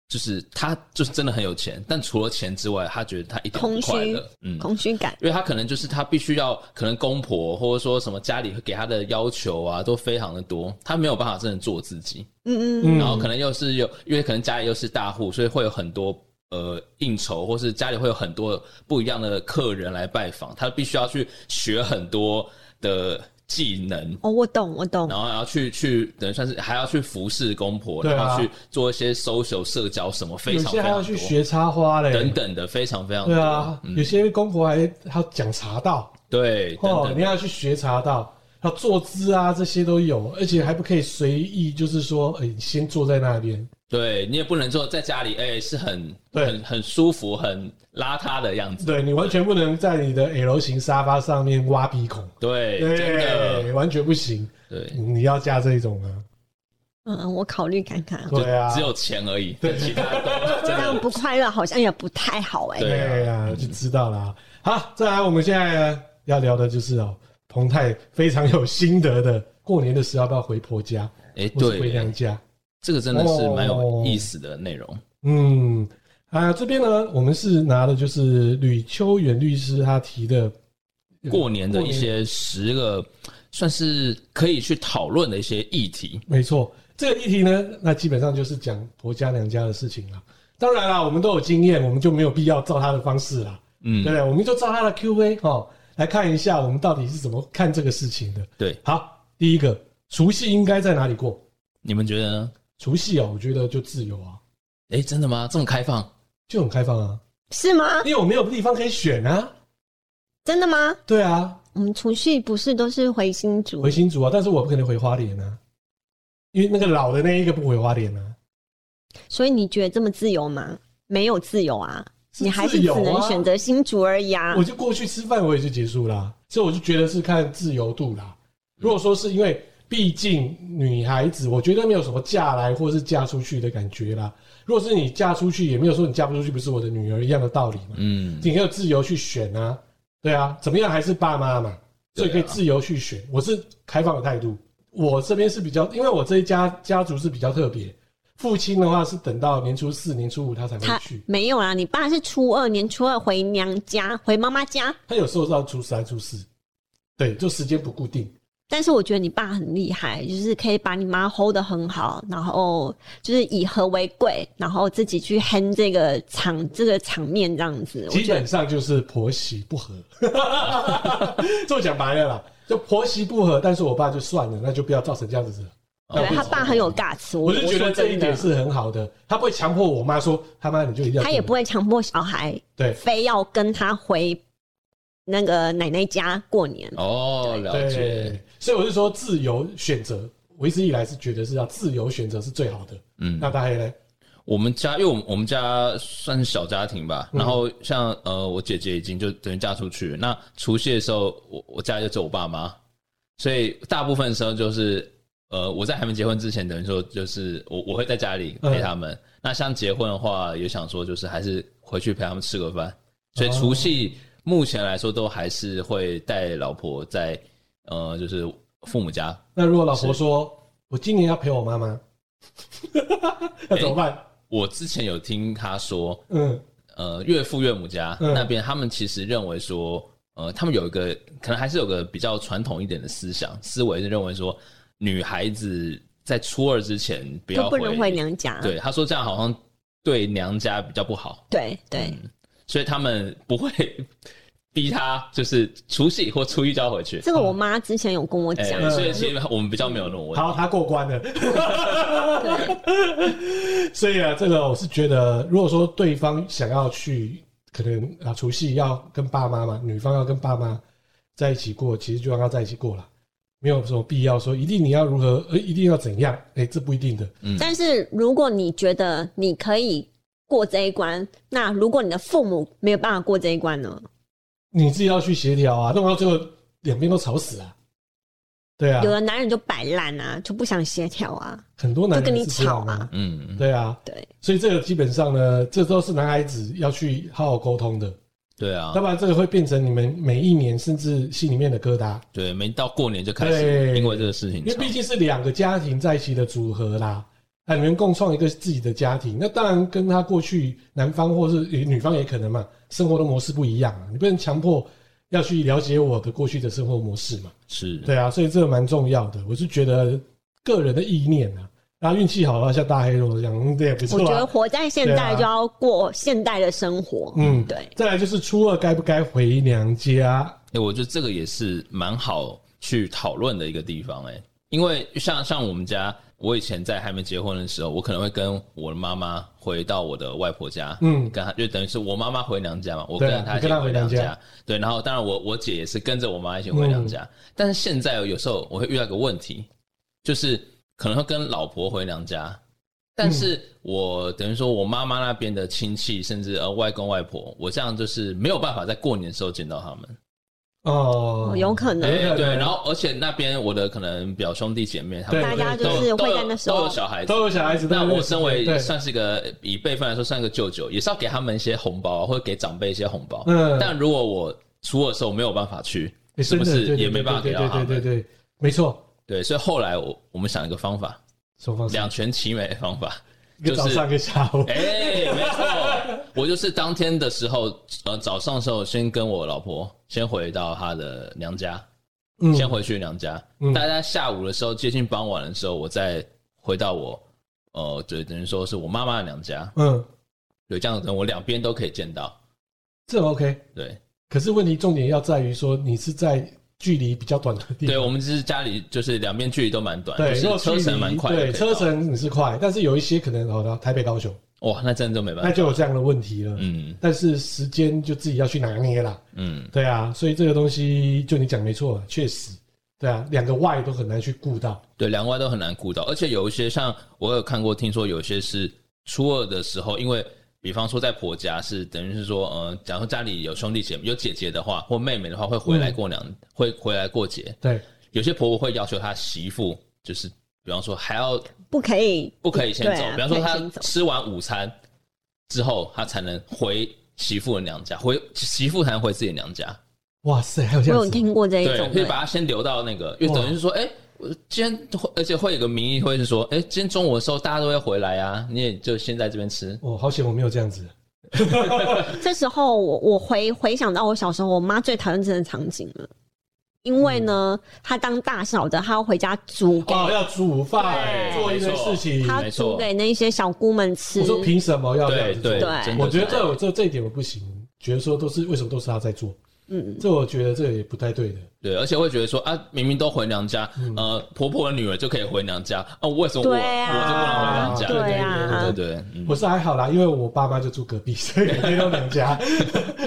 Speaker 3: 就是他就是真的很有钱，但除了钱之外，他觉得他一点都不
Speaker 2: 空虚
Speaker 3: 快乐，嗯，
Speaker 2: 空虚感，
Speaker 3: 因为他可能就是他必须要，可能公婆或者说什么家里给他的要求啊，都非常的多，他没有办法真的做自己。
Speaker 2: 嗯嗯，
Speaker 1: 嗯
Speaker 3: 然后可能又是有，因为可能家里又是大户，所以会有很多呃应酬，或是家里会有很多不一样的客人来拜访，他必须要去学很多的技能。
Speaker 2: 哦，我懂，我懂
Speaker 3: 然。后还要去去，等于算是还要去服侍公婆，
Speaker 1: 对啊
Speaker 3: 然后去做一些 social 社交什么，非
Speaker 1: 有
Speaker 3: 常非
Speaker 1: 些还要
Speaker 3: 常
Speaker 1: 去
Speaker 3: 多
Speaker 1: 学插花嘞，
Speaker 3: 等等的，非常非常多。
Speaker 1: 对啊，有些公婆还还要讲茶道
Speaker 3: 对，等
Speaker 1: 哦，
Speaker 3: 等
Speaker 1: 你要去学茶道，要坐姿啊，这些都有，而且还不可以随意，就是说，哎、你先坐在那边，
Speaker 3: 对你也不能说在家里，哎、是很
Speaker 1: 对
Speaker 3: 很很舒服、很邋遢的样子。
Speaker 1: 对你完全不能在你的 L 型沙发上面挖鼻孔，
Speaker 3: 对，哎真的，
Speaker 1: 对，完全不行，
Speaker 3: 对，
Speaker 1: 你要嫁这种啊，
Speaker 2: 嗯，我考虑看看。
Speaker 1: 对啊，
Speaker 3: 只有钱而已，对其他都
Speaker 2: 这
Speaker 3: 真
Speaker 2: 样
Speaker 3: 的
Speaker 2: 不快乐好像也不太好哎、
Speaker 3: 对啊
Speaker 1: 对啊，就知道啦。好，再来，我们现在呢要聊的就是哦，彭泰非常有心得的，过年的时候要不要回婆家，
Speaker 3: 哎、
Speaker 1: 或是回
Speaker 3: 对，
Speaker 1: 娘家？
Speaker 3: 这个真的是蛮有意思的内容。
Speaker 1: 嗯，啊，这边呢，我们是拿的就是吕秋远律师他提的
Speaker 3: 过年的一，些十个算是可以去讨论的一些议题，
Speaker 1: 没错，这个议题呢，那基本上就是讲婆家娘家的事情啦。当然啦，我们都有经验，我们就没有必要照他的方式啦，
Speaker 3: 嗯
Speaker 1: 对，不对？我们就照他的 Q&A 哦，来看一下我们到底是怎么看这个事情的。
Speaker 3: 对，
Speaker 1: 好，第一个，除夕应该在哪里过？
Speaker 3: 你们觉得呢？
Speaker 1: 除夕啊、我觉得就自由啊，
Speaker 3: 哎、真的吗？这么开放？
Speaker 1: 就很开放啊，
Speaker 2: 是吗？
Speaker 1: 因为我没有地方可以选啊。
Speaker 2: 真的吗？
Speaker 1: 对啊，
Speaker 2: 我们除夕不是都是回新竹
Speaker 1: 回？新竹啊，但是我不可能回花莲啊，因为那个老的那一个不回花莲啊，
Speaker 2: 所以你觉得这么自由吗？没有自由啊，
Speaker 1: 是
Speaker 2: 你还
Speaker 1: 自
Speaker 2: 是只
Speaker 1: 由啊
Speaker 2: 能选择新竹而已啊
Speaker 1: 我。就过去吃饭，我也就结束啦、所以我就觉得是看自由度啦。如果说是因为，毕竟女孩子，我觉得没有什么嫁来或是嫁出去的感觉啦。如果是你嫁出去，也没有说你嫁不出去不是我的女儿一样的道理嘛。
Speaker 3: 嗯，
Speaker 1: 你要自由去选啊，对啊，怎么样还是爸妈嘛，所以可以自由去选。我是开放的态度，我这边是比较，因为我这一家家族是比较特别，父亲的话是等到年初四、年初五他才会
Speaker 2: 他
Speaker 1: 去，
Speaker 2: 没有啊，你爸是初二年初二回娘家，回妈妈家。
Speaker 1: 他有时候是到初三、初四，对，就时间不固定。
Speaker 2: 但是我觉得你爸很厉害，就是可以把你妈 hold 得很好，然后就是以和为贵，然后自己去 handle 这个场这个场面这样子。我
Speaker 1: 基
Speaker 2: 觉得
Speaker 1: 本上就是婆媳不和， 这么讲白了啦，就婆媳不和。但是我爸就算了，那就不要造成这样子。
Speaker 2: 对
Speaker 1: 哦
Speaker 2: 他爸很有尬词，
Speaker 1: 我就觉得
Speaker 2: 说真
Speaker 1: 这
Speaker 2: 的
Speaker 1: 一点是很好的，他不会强迫我妈说他妈你就一定要跟我，
Speaker 2: 他也不会强迫小孩
Speaker 1: 对，
Speaker 2: 非要跟他回那个奶奶家过年。
Speaker 3: 哦，了解，
Speaker 1: 对，所以我是说自由选择，我一直以来是觉得是要自由选择是最好的。
Speaker 3: 嗯，
Speaker 1: 那大黑呢？
Speaker 3: 我们家，因为我们我们家算是小家庭吧，然后像呃，我姐姐已经就等于嫁出去，那除夕的时候，我我家里就只有我爸妈，所以大部分时候就是呃，我在还没结婚之前，等于说就是我我会在家里陪他们。那像结婚的话，也想说就是还是回去陪他们吃个饭，所以除夕目前来说都还是会带老婆在呃，就是父母家。
Speaker 1: 那如果老婆说我今年要陪我妈妈，那怎么办？
Speaker 3: 我之前有听他说，
Speaker 1: 嗯
Speaker 3: 呃岳父岳母家、
Speaker 1: 嗯
Speaker 3: 那边，他们其实认为说，呃，他们有一个可能还是有个比较传统一点的思想思维，是认为说女孩子在初二之前不要
Speaker 2: 都不能回娘家。
Speaker 3: 对，他说这样好像对娘家比较不好，
Speaker 2: 对对
Speaker 1: 嗯
Speaker 3: 所以他们不会逼她就是除夕或初一就要回去。
Speaker 2: 这个我妈之前有跟我
Speaker 3: 哎、
Speaker 2: 讲，
Speaker 3: 所以其实我们比较没有那种问题。
Speaker 1: 好，他过关 了。所以啊，这个我是觉得，如果说对方想要去，可能啊除夕要跟爸妈嘛，女方要跟爸妈在一起过，其实就让他在一起过了，没有什么必要说一定你要如何，呃，一定要怎样，哎、这不一定的。
Speaker 2: 但是如果你觉得你可以过这一关，那如果你的父母没有办法过这一关呢？
Speaker 1: 你自己要去协调啊，弄到最后两边都吵死啊。对啊
Speaker 2: 有，的男人就摆烂啊，就不想协调啊。
Speaker 1: 很多男
Speaker 2: 就跟
Speaker 1: 人
Speaker 2: 你
Speaker 1: 是这样
Speaker 2: 吵
Speaker 1: 啊
Speaker 2: 啊。
Speaker 3: 嗯，
Speaker 1: 对啊，
Speaker 2: 对，
Speaker 1: 所以这个基本上呢，这都是男孩子要去好好沟通的，
Speaker 3: 对啊
Speaker 2: 哦
Speaker 1: 要，不然这个会变成你们每一年甚至心里面的疙瘩，
Speaker 3: 对，没到过年就开始
Speaker 1: 对
Speaker 3: 因为这个事情
Speaker 1: 因为
Speaker 3: 吵，
Speaker 1: 毕竟是两个家庭在一起的组合啦。那你们共创一个自己的家庭，那当然跟他过去男方或是女方也可能嘛，生活的模式不一样啊，你不能强迫要去了解我的过去的生活模式嘛。
Speaker 3: 是
Speaker 1: 对啊，所以这个蛮重要的。我是觉得个人的意念啊，然后运气好的话，像大黑肉这样，嗯，这也不
Speaker 2: 我
Speaker 1: 错
Speaker 2: 觉得
Speaker 1: 啊。
Speaker 2: 活在现
Speaker 1: 对啊
Speaker 2: 代就要过现代的生活。
Speaker 1: 嗯
Speaker 2: 对，
Speaker 1: 再来就是初二该不该回娘家？
Speaker 3: 哎、我觉得这个也是蛮好去讨论的一个地方、哎，因为像像我们家，我以前在还没结婚的时候，我可能会跟我的妈妈回到我的外婆家，
Speaker 1: 嗯
Speaker 3: 跟她就等于是我妈妈回娘家嘛，我
Speaker 1: 对啊你
Speaker 3: 跟她一起
Speaker 1: 跟她
Speaker 3: 回
Speaker 1: 回娘
Speaker 3: 娘
Speaker 1: 家嗯
Speaker 3: 家，对，然后当然我我姐也是跟着我妈一起回娘家，但是现在有时候我会遇到一个问题，就是可能会跟老婆回娘家，但是我等于说我妈妈那边的亲戚，甚至呃外公外婆，我这样就是没有办法在过年的时候见到他们。
Speaker 1: 哦
Speaker 2: 哦，有可能。
Speaker 3: 哎，对，
Speaker 1: 对
Speaker 3: 然后而且那边我的可能表兄弟姐妹他
Speaker 1: 对
Speaker 3: 们
Speaker 2: 大家
Speaker 1: 对
Speaker 2: 就
Speaker 3: 都
Speaker 2: 是
Speaker 3: 哎都
Speaker 2: 会
Speaker 3: 有
Speaker 2: 在那时
Speaker 3: 都
Speaker 2: 候
Speaker 3: 有，小孩子。
Speaker 1: 都有小孩子，
Speaker 3: 那
Speaker 1: 对对
Speaker 3: 我身为
Speaker 1: 对
Speaker 3: 算是一个以辈分来说算一个舅舅，也是要给他们一些红包啊，或者给长辈一些红包。
Speaker 1: 嗯
Speaker 3: 但如果我初二的时候没有办法去，
Speaker 1: 诶
Speaker 3: 是不
Speaker 1: 真的
Speaker 3: 是
Speaker 1: 对对
Speaker 3: 也没办法
Speaker 1: 对
Speaker 3: 给
Speaker 1: 对
Speaker 3: 到他
Speaker 1: 对对
Speaker 3: 们？
Speaker 1: 对，对没错，
Speaker 3: 对，所以后来我我们想一个方法，
Speaker 1: 什么方式？
Speaker 3: 两全其美的 方法，
Speaker 1: 一
Speaker 3: 就
Speaker 1: 个
Speaker 3: 是
Speaker 1: 早上一个下午。
Speaker 3: 哎、没 错，我就是当天的时候，呃，早上的时候先跟我老婆先回到她的娘家，
Speaker 1: 嗯
Speaker 3: 先回去娘家。
Speaker 1: 嗯
Speaker 3: 大家下午的时候接近傍晚的时候，我再回到我，呃，对，等于说是我妈妈的娘家。
Speaker 1: 嗯，
Speaker 3: 对，这样子我两边都可以见到。
Speaker 1: 这 OK。
Speaker 3: 对，
Speaker 1: 可是问题重点要在于说，你是在距离比较短的地
Speaker 3: 对
Speaker 1: 方。
Speaker 3: 我们就是家里就是两边距离都蛮短，
Speaker 1: 对，
Speaker 3: 就
Speaker 1: 如果
Speaker 3: 是车
Speaker 1: 距
Speaker 3: 程
Speaker 1: 离
Speaker 3: 蛮快的可以
Speaker 1: 对，
Speaker 3: 到，
Speaker 1: 车程你是快，但是有一些可能好的，台北、高雄，
Speaker 3: 哇，那真的就没办
Speaker 1: 那
Speaker 3: 法。
Speaker 1: 就有这样的问题了。
Speaker 3: 啊嗯
Speaker 1: 但是时间就自己要去拿捏啦。
Speaker 3: 嗯，
Speaker 1: 对啊，所以这个东西就你讲没错，确实，对啊，两个 Y 都很难去顾到。
Speaker 3: 对，两外都很难顾到，而且有一些像我有看过，听说有些是初二的时候，因为。比方说，在婆家是等于是说，呃，假如家里有兄弟姐妹、有姐姐的话，或妹妹的话，会回
Speaker 1: 嗯
Speaker 3: 来过娘，会回来过节。
Speaker 1: 对，
Speaker 3: 有些婆婆会要求她媳妇，就是比方说还要
Speaker 2: 不可以
Speaker 3: 不可以先
Speaker 2: 对
Speaker 3: 走，
Speaker 2: 啊
Speaker 3: 比方说
Speaker 2: 不可以
Speaker 3: 她
Speaker 2: 先走
Speaker 3: 吃完午餐之后，她才能回媳妇的娘家，回媳妇才能回自己的娘家。
Speaker 1: 哇塞，还有这
Speaker 2: 我
Speaker 1: 样
Speaker 2: 有
Speaker 1: 子，
Speaker 2: 听过这一
Speaker 3: 对，
Speaker 2: 种
Speaker 3: 可以
Speaker 2: 的，
Speaker 3: 把她先留到那个，因为
Speaker 1: 哇
Speaker 3: 等于是说，哎、我今天而且会有个名义会是说，哎、今天中午的时候大家都会回来啊，你也就先在这边吃。
Speaker 1: 哦，好险我没有这样子。
Speaker 2: 这时候我我回回想到我小时候，我妈最讨厌这种场景了，因为呢，
Speaker 3: 嗯
Speaker 2: 她当大嫂的，她要回家煮给，
Speaker 1: 哦，要煮饭，
Speaker 2: 对
Speaker 1: 做一些事情。
Speaker 2: 她
Speaker 3: 没
Speaker 2: 要
Speaker 3: 错
Speaker 2: 煮给那些小姑们吃
Speaker 1: 我。说凭什么要这样
Speaker 3: 对
Speaker 1: 子
Speaker 3: 对，
Speaker 1: 做？
Speaker 2: 对
Speaker 3: 真的
Speaker 1: 我觉得
Speaker 3: 是
Speaker 1: 这我这这一点我不行，觉得说都是为什么都是他在做，
Speaker 2: 嗯，
Speaker 1: 这我觉得这也不太对的。
Speaker 3: 对，而且会觉得说啊，明明都回娘家，
Speaker 1: 嗯
Speaker 3: 呃，婆婆的女儿就可以回娘家，啊，为什么我、
Speaker 2: 对啊
Speaker 3: 我就不能回娘家？
Speaker 1: 对
Speaker 2: 对
Speaker 3: 对
Speaker 2: 啊，
Speaker 3: 对对，嗯
Speaker 1: 我是还好啦，因为我爸妈就住隔壁，所以每天都两家，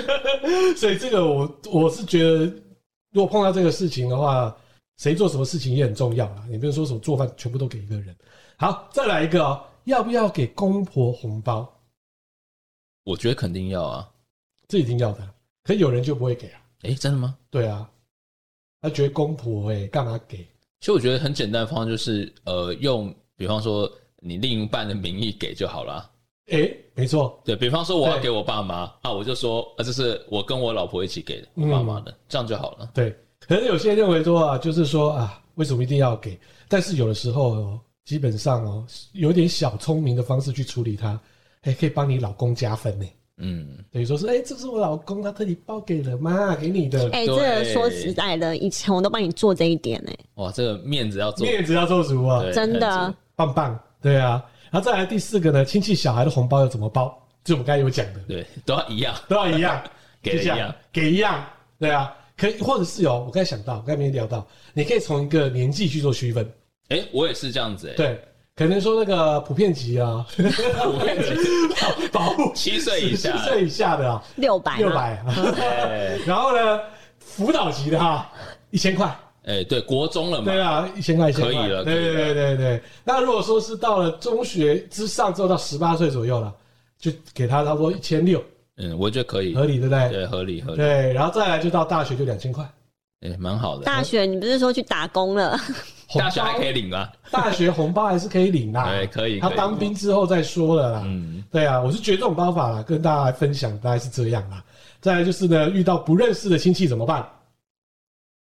Speaker 1: 所以这个我我是觉得，如果碰到这个事情的话，谁做什么事情也很重要啦。你不能说什么做饭全部都给一个人。好，再来一个哦，要不要给公婆红包？
Speaker 3: 我觉得肯定要啊。
Speaker 1: 这一定要的，可有人就不会给啊。
Speaker 3: 哎、真的吗？
Speaker 1: 对啊，他觉得公婆哎、干嘛给？
Speaker 3: 其实我觉得很简单的方法就是，呃，用比方说你另一半的名义给就好啦。
Speaker 1: 哎、没错，
Speaker 3: 对比方说我要
Speaker 1: 对
Speaker 3: 给我爸妈啊，我就说啊，这是我跟我老婆一起给的，我
Speaker 1: 嗯
Speaker 3: 爸妈的，这样就好了。
Speaker 1: 对，可是有些认为说啊，就是说啊，为什么一定要给？但是有的时候、哦，基本上哦，有点小聪明的方式去处理它，哎、可以帮你老公加分呢、
Speaker 3: 嗯，
Speaker 1: 等于说是，哎、这是我老公，他特地包给了妈给你的，
Speaker 2: 哎、
Speaker 3: 对
Speaker 2: 这个说实在的，以前我都帮你做这一点哎、
Speaker 3: 哇，这个面子要做，
Speaker 1: 面子要做足啊，
Speaker 3: 对
Speaker 2: 真的，
Speaker 1: 棒棒，对啊。然后再来第四个呢，亲戚小孩的红包要怎么包？就我们刚才有讲的，
Speaker 3: 对，都要一样，
Speaker 1: 都要一样，
Speaker 3: 给了一
Speaker 1: 就这
Speaker 3: 样，
Speaker 1: 给一样，对啊。可以，或者是哦，我刚才想到，我刚才没聊到，你可以从一个年纪去做区分，
Speaker 3: 哎、我也是这样子、哎，
Speaker 1: 对，可能说那个普遍级啊，
Speaker 3: 我也是
Speaker 1: 保护
Speaker 3: 七岁以下
Speaker 1: 十岁以下的啊，
Speaker 2: 六百
Speaker 1: 六百 啊，
Speaker 3: 哎
Speaker 1: 然后呢，辅导级的哈，一千块，
Speaker 3: 哎，对，国中了嘛
Speaker 1: 对，啊，一千块，一千块，
Speaker 3: 可以了
Speaker 1: 对对
Speaker 3: 可以
Speaker 1: 对
Speaker 3: 了
Speaker 1: 对对。那如果说是到了中学之上之后，到十八岁左右了，就给他差不多一千六，
Speaker 3: 嗯，我觉得可以，
Speaker 1: 合理对不对？
Speaker 3: 对，合理合理，
Speaker 1: 对，然后再来就到大学就两千块，
Speaker 3: 哎、蛮好的，
Speaker 2: 大学你不是说去打工了？
Speaker 1: 红
Speaker 3: 大学还
Speaker 1: 包
Speaker 3: 可以领啊，
Speaker 1: 大学红包还是可以领啦，
Speaker 3: 对哎可以
Speaker 1: 他
Speaker 3: 可以
Speaker 1: 当兵之后再说了啦。
Speaker 3: 嗯，
Speaker 1: 对啊，我是觉得这种方法啦，跟大家来分享，大概是这样啦。再来就是呢，遇到不认识的亲戚怎么办？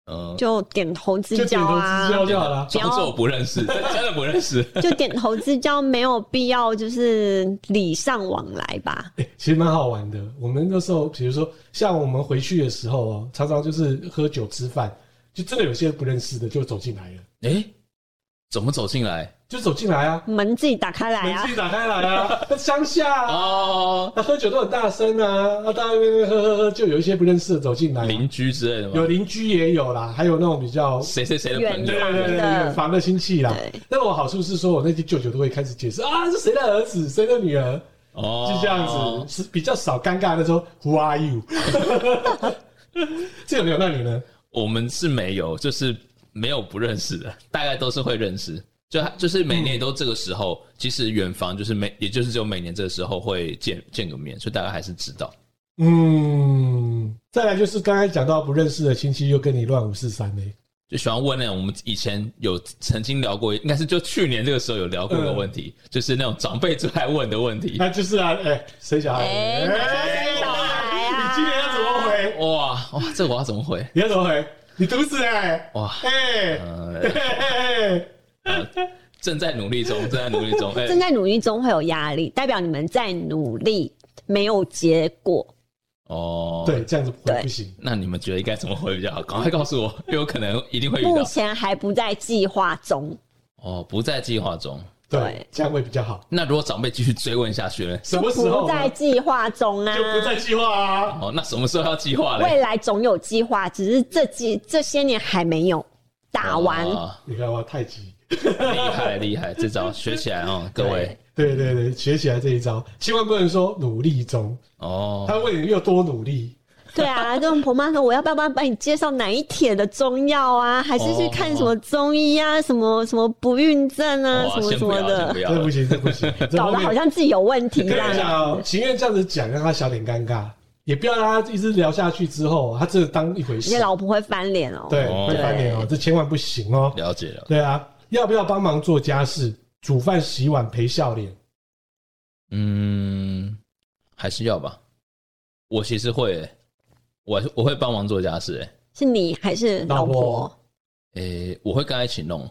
Speaker 3: 呃，
Speaker 2: 就点头之
Speaker 1: 就点
Speaker 2: 交
Speaker 1: 头
Speaker 2: 啊
Speaker 1: 之，交就好了。
Speaker 3: 装作不认识，真的不认识，
Speaker 2: 就点头之交，没有必要就是礼尚往来吧。
Speaker 1: 欸其实蛮好玩的。我们那时候，比如说像我们回去的时候哦，常常就是喝酒吃饭，就真的有些不认识的就走进来了，
Speaker 3: 哎、怎么走进来？
Speaker 1: 就走进来啊，
Speaker 2: 门自己打开来
Speaker 1: 门
Speaker 2: 啊
Speaker 1: 自己，打开来啊，在乡下啊，
Speaker 3: 哦，
Speaker 1: 那喝酒都很大声啊，啊，大家在那边喝喝喝，就有一些不认识的走进来啊、
Speaker 3: 邻居之类的
Speaker 1: 有
Speaker 3: 吗？
Speaker 1: 邻居也有啦，还有那种比较
Speaker 3: 谁谁谁的朋
Speaker 1: 对
Speaker 3: 友
Speaker 2: 远？
Speaker 1: 对对，
Speaker 2: 的
Speaker 1: 远房的亲戚啦
Speaker 2: 对。
Speaker 1: 但我好处是说，我那些舅舅都会开始解释啊，是谁的儿子，谁的女儿，
Speaker 3: 哦
Speaker 1: 就这样子，是比较少尴尬的说 Who are you？这有没有？那你呢？
Speaker 3: 我们是没有，就是没有不认识的，大概都是会认识。就就是每年都这个时候，其实远房就是每，也就是只有每年这个时候会见见个面，所以大概还是知道。
Speaker 1: 嗯，再来就是刚才讲到不认识的亲戚又跟你乱五四三嘞，
Speaker 3: 就喜欢问那种我们以前有曾经聊过，应该是就去年这个时候有聊过的问题，
Speaker 1: 嗯
Speaker 3: 就是那种长辈最爱问的问题。
Speaker 1: 那就是啊，哎，谁小孩？
Speaker 2: 哎哪是谁小孩啊
Speaker 1: 你今年要怎么回？
Speaker 3: 哇哇，这我要怎么回？
Speaker 1: 你要怎么回？你独子哎，
Speaker 3: 哇，
Speaker 1: 哎，
Speaker 2: 嗯
Speaker 1: 嘿
Speaker 3: 呃，
Speaker 1: 嘿嘿
Speaker 3: 正在努力中，正在努力 中。哎、
Speaker 2: 正在努力中会有压力，代表你们在努力，没有结果。
Speaker 3: 哦，
Speaker 1: 对，，这样子回
Speaker 2: 对
Speaker 1: 不行。
Speaker 3: 那你们觉得应该怎么回比较好？赶快告诉我，因为我可能一定会遇
Speaker 2: 目
Speaker 3: 到。
Speaker 2: 前还不在计划中，
Speaker 3: 哦，不在计划中。
Speaker 1: 对
Speaker 2: 对，
Speaker 1: 这样会比较好。
Speaker 3: 那如果长辈继续追问下去呢？
Speaker 1: 什么时候
Speaker 2: 不
Speaker 1: 呢
Speaker 2: 在计划中啊
Speaker 1: 就，不在计划啊？
Speaker 3: 哦，那什么时候要计划嘞？
Speaker 2: 未来总有计划，只是这几这些年还没有打完。
Speaker 3: 哇
Speaker 1: 你看哇，太极，
Speaker 3: 哦厉害厉害，这招学起来哦，各位
Speaker 1: 对对对，学起来这一招，千万不能说努力中，他
Speaker 3: 哦，
Speaker 1: 问你又多努力，
Speaker 2: 对啊，跟婆妈说，我要不要帮帮你介绍哪一帖的中药啊？还
Speaker 3: 哦
Speaker 2: 是去看什么中医啊？什么什么不孕症啊？什
Speaker 3: 哇，
Speaker 2: 么
Speaker 3: 先
Speaker 2: 什
Speaker 3: 不
Speaker 2: 么
Speaker 3: 要，先
Speaker 2: 的
Speaker 3: 不，
Speaker 1: 这
Speaker 3: 要
Speaker 1: 不
Speaker 3: 了，
Speaker 1: 行，这不 行，这
Speaker 2: 搞
Speaker 1: 后
Speaker 2: 得
Speaker 1: 面
Speaker 2: 好像自己有问题一
Speaker 1: 跟你
Speaker 2: 样。
Speaker 1: 讲哦，情愿这样子讲，让他小点尴尬，也不要让他一直聊下去之后，他真的当一回
Speaker 2: 你
Speaker 1: 事
Speaker 2: 的，老婆会翻脸哦。
Speaker 1: 对，
Speaker 3: 哦
Speaker 1: 会翻脸哦，这千万不行哦。
Speaker 3: 了解了，
Speaker 1: 对啊，要不要帮忙做家事？煮饭、洗碗、陪笑脸，
Speaker 3: 嗯，还是要吧。我其实会欸，我我会帮忙做家事，哎
Speaker 2: 是你还是老
Speaker 1: 老
Speaker 2: 婆
Speaker 1: 婆？
Speaker 3: 诶，我会跟他一起弄，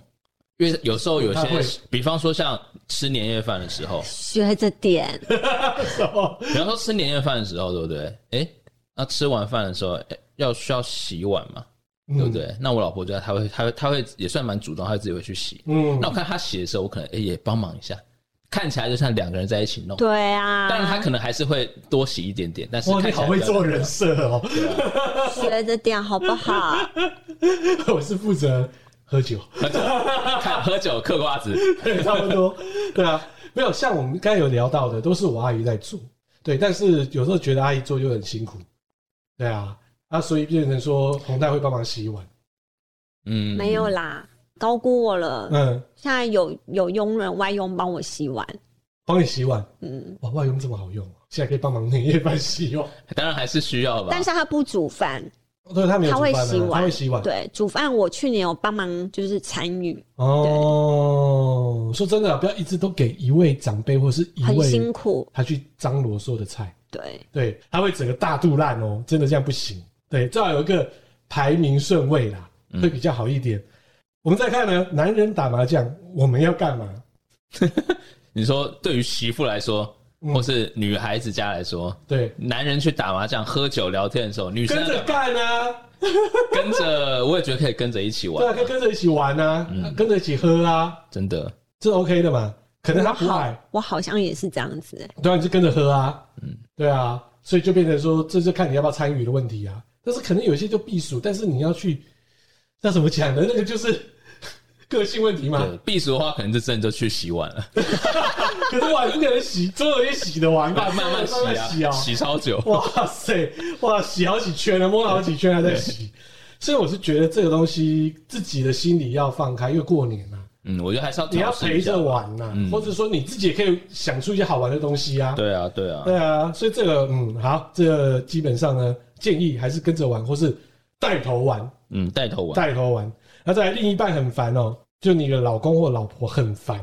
Speaker 3: 因为有时候有
Speaker 1: 哦他会
Speaker 3: 些，比方说像吃年夜饭的时候，
Speaker 2: 学着点，
Speaker 1: 什么？
Speaker 3: 比方说吃年夜饭的时候，对不对？诶，那吃完饭的时候，诶要需要洗碗嘛？对不对？
Speaker 1: 嗯
Speaker 3: 那我老婆就她会，她会，她会也算蛮主动，她会自己会去洗。
Speaker 1: 嗯？
Speaker 3: 那我
Speaker 1: 嗯，
Speaker 3: 看她洗的时候，我可能诶也帮忙一下，看起来就像两个人在一起弄。
Speaker 2: 对啊，
Speaker 3: 当然她可能还是会多洗一点点，但是
Speaker 1: 哇，
Speaker 3: 看
Speaker 1: 你
Speaker 3: 起
Speaker 1: 好
Speaker 3: 来
Speaker 1: 会
Speaker 3: 比较
Speaker 1: 做人设哦，
Speaker 2: 学着点好不好？
Speaker 1: 我是负责喝酒。
Speaker 3: 喝酒， 看喝酒嗑瓜子，
Speaker 1: 对， 差不多，对啊，没有像我们刚才有聊到的，都是我阿姨在做，对，但是有时候觉得阿姨做又很辛苦，对啊，啊，所以变成说红太会帮忙洗碗，
Speaker 3: 嗯，
Speaker 2: 没有啦，高估我了。
Speaker 1: 嗯，
Speaker 2: 现在有有佣人外佣帮我洗碗，
Speaker 1: 帮你洗碗，
Speaker 2: 嗯，
Speaker 1: 哇，外用这么好用，哦现在可以帮忙年夜饭洗 哦，
Speaker 3: 当然还是需要吧。
Speaker 2: 但是他不煮饭，
Speaker 1: 对，他没有
Speaker 2: 他
Speaker 1: 煮
Speaker 2: 会
Speaker 1: 饭
Speaker 2: 洗
Speaker 1: 啊，
Speaker 2: 碗，
Speaker 1: 他会洗碗，
Speaker 2: 对，煮饭我去年有帮忙，就是参与，
Speaker 1: 哦，说真的啊，不要一直都给一位长辈或是一
Speaker 2: 很辛
Speaker 1: 位
Speaker 2: 苦，
Speaker 1: 他去张罗所有的菜，
Speaker 2: 对，
Speaker 1: 对，他会整个大肚烂哦，真的这样不行。对，最好有一个排名顺位啦，
Speaker 3: 嗯
Speaker 1: 会比较好一点。我们再看呢，男人打麻将，我们要干嘛？
Speaker 3: 你说对于媳妇来说，
Speaker 1: 嗯
Speaker 3: 或是女孩子家来说，
Speaker 1: 对，
Speaker 3: 男人去打麻将、喝酒、聊天的时候，女生
Speaker 1: 跟着
Speaker 3: 要干嘛
Speaker 1: 干啊，
Speaker 3: 跟着，我也觉得可以跟着一起
Speaker 1: 对啊，
Speaker 3: 玩，
Speaker 1: 跟跟着一起玩啊，
Speaker 3: 嗯
Speaker 1: 跟着一起喝啊，
Speaker 3: 真的。
Speaker 1: 这 OK 的嘛？可能他不
Speaker 2: 我
Speaker 1: 爱，
Speaker 2: 好，我好像也是这样子、欸。
Speaker 1: 对啊，你就跟着喝啊，嗯，对啊，所以就变成说，这就看你要不要参与的问题啊。但是可能有些就避暑，但是你要去，那怎么讲呢？那个就是 个性问题嘛。
Speaker 3: 对，避暑的话，可能就真的就去洗碗了，
Speaker 1: 可是碗不可能洗，总有一洗的完吧？
Speaker 3: 慢慢
Speaker 1: 总有人慢慢
Speaker 3: 洗
Speaker 1: 洗
Speaker 3: 啊，
Speaker 1: 啊、
Speaker 3: 洗超久。
Speaker 1: 哇塞，哇，洗好几圈了，摸了好几圈还在洗。所以我是觉得这个东西自己的心理要放开，因为过年嘛、啊
Speaker 3: 嗯，我觉得还是要
Speaker 1: 你要
Speaker 3: 调试
Speaker 1: 陪
Speaker 3: 一下
Speaker 1: 着。玩呐、
Speaker 3: 嗯
Speaker 1: 或者说你自己也可以想出一些好玩的东西啊。
Speaker 3: 对啊，对啊，
Speaker 1: 对啊，所以这个嗯，好，这个基本上呢，建议还是跟着玩，或是带头玩，
Speaker 3: 嗯，带头玩，
Speaker 1: 带头玩。那再来另一半很烦哦，就你的老公或老婆很烦，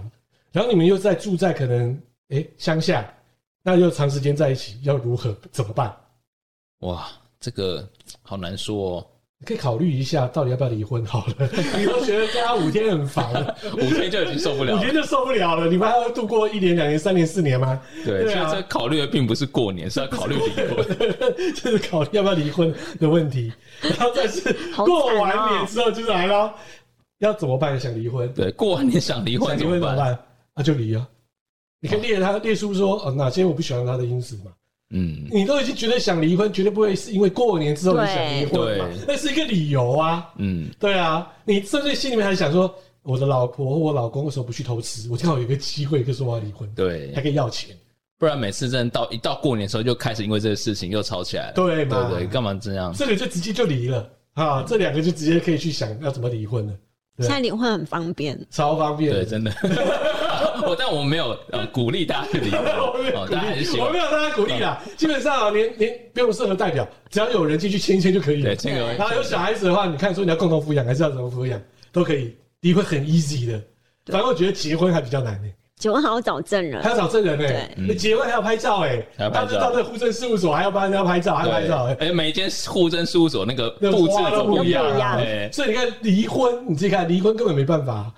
Speaker 1: 然后你们又在住在可能诶乡下，那又长时间在一起，要如何怎么办？
Speaker 3: 哇，这个好难说哦。
Speaker 1: 你可以考虑一下，到底要不要离婚好了。你都觉得跟他五天很烦了，
Speaker 3: 五天就已经受不了
Speaker 1: 五
Speaker 3: 了。
Speaker 1: 天就受不了了，你们还要度过一年、两年、三年、四年吗？
Speaker 3: 对，所
Speaker 1: 对啊
Speaker 3: 以这考虑的并不是过年，是要考虑离婚。
Speaker 1: 就是考虑要不要离婚的问题，然后但是
Speaker 2: 好惨哦
Speaker 1: 过完年之后就来了，要怎么办？想离婚，
Speaker 3: 对，过完年想离婚
Speaker 1: 想离
Speaker 3: 怎
Speaker 1: 婚
Speaker 3: 么
Speaker 1: 怎么
Speaker 3: 办？
Speaker 1: 办？那就离啊！你可以列他列出说，哦，哪些我不喜欢他的因素嘛？
Speaker 3: 嗯，
Speaker 1: 你都已经觉得想离婚，绝对不会是因为过年之后你想离婚嘛
Speaker 3: 对对？
Speaker 1: 那是一个理由啊，
Speaker 3: 嗯，
Speaker 1: 对啊，你甚至心里面还想说，我的老婆或我老公为什么不去偷吃？我正好有一个机会，可以说我要离婚，
Speaker 3: 对
Speaker 1: 还，可以要钱，
Speaker 3: 不然每次真的到一到过年的时候，就开始因为这个事情又吵起来了。
Speaker 1: 对
Speaker 3: 对
Speaker 1: 嘛
Speaker 3: 对，干嘛这样？
Speaker 1: 这个就直接就离了啊！这两个就直接可以去想要怎么离婚了，对
Speaker 2: 现在离婚很方便，
Speaker 1: 超方便的
Speaker 3: 对，。真的。 我但我没有呃鼓励大家去离 婚，
Speaker 1: 我没有
Speaker 3: 哦，
Speaker 1: 鼓
Speaker 3: 大家还是喜
Speaker 1: 励，我
Speaker 3: 欢嗯
Speaker 1: 没有大家鼓励啦。基本上啊，连连不用任何代表，只要有人进去签一签就可以了
Speaker 3: 对。这
Speaker 1: 然
Speaker 3: 个
Speaker 1: 后有小孩子的话，你看说你要共同抚养还是要怎么抚养都可以，离婚很 easy 的。反正我觉得结婚还比较难呢，
Speaker 2: 结婚还要找证人
Speaker 1: 还，要找证人呢
Speaker 2: 对。
Speaker 1: 你结婚还要拍照哎，
Speaker 3: 还要拍照
Speaker 1: 他就到这户政事务所还要帮人家拍照，还要拍照哎。
Speaker 3: 哎，每一间户政事务所那个
Speaker 1: 那
Speaker 3: 布置
Speaker 1: 花
Speaker 3: 都
Speaker 1: 都
Speaker 3: 不
Speaker 1: 不
Speaker 3: 一
Speaker 1: 一
Speaker 3: 样啊哎
Speaker 1: 样，啊
Speaker 3: 对，
Speaker 1: 所以你看离婚，你自己看离婚根本没办法，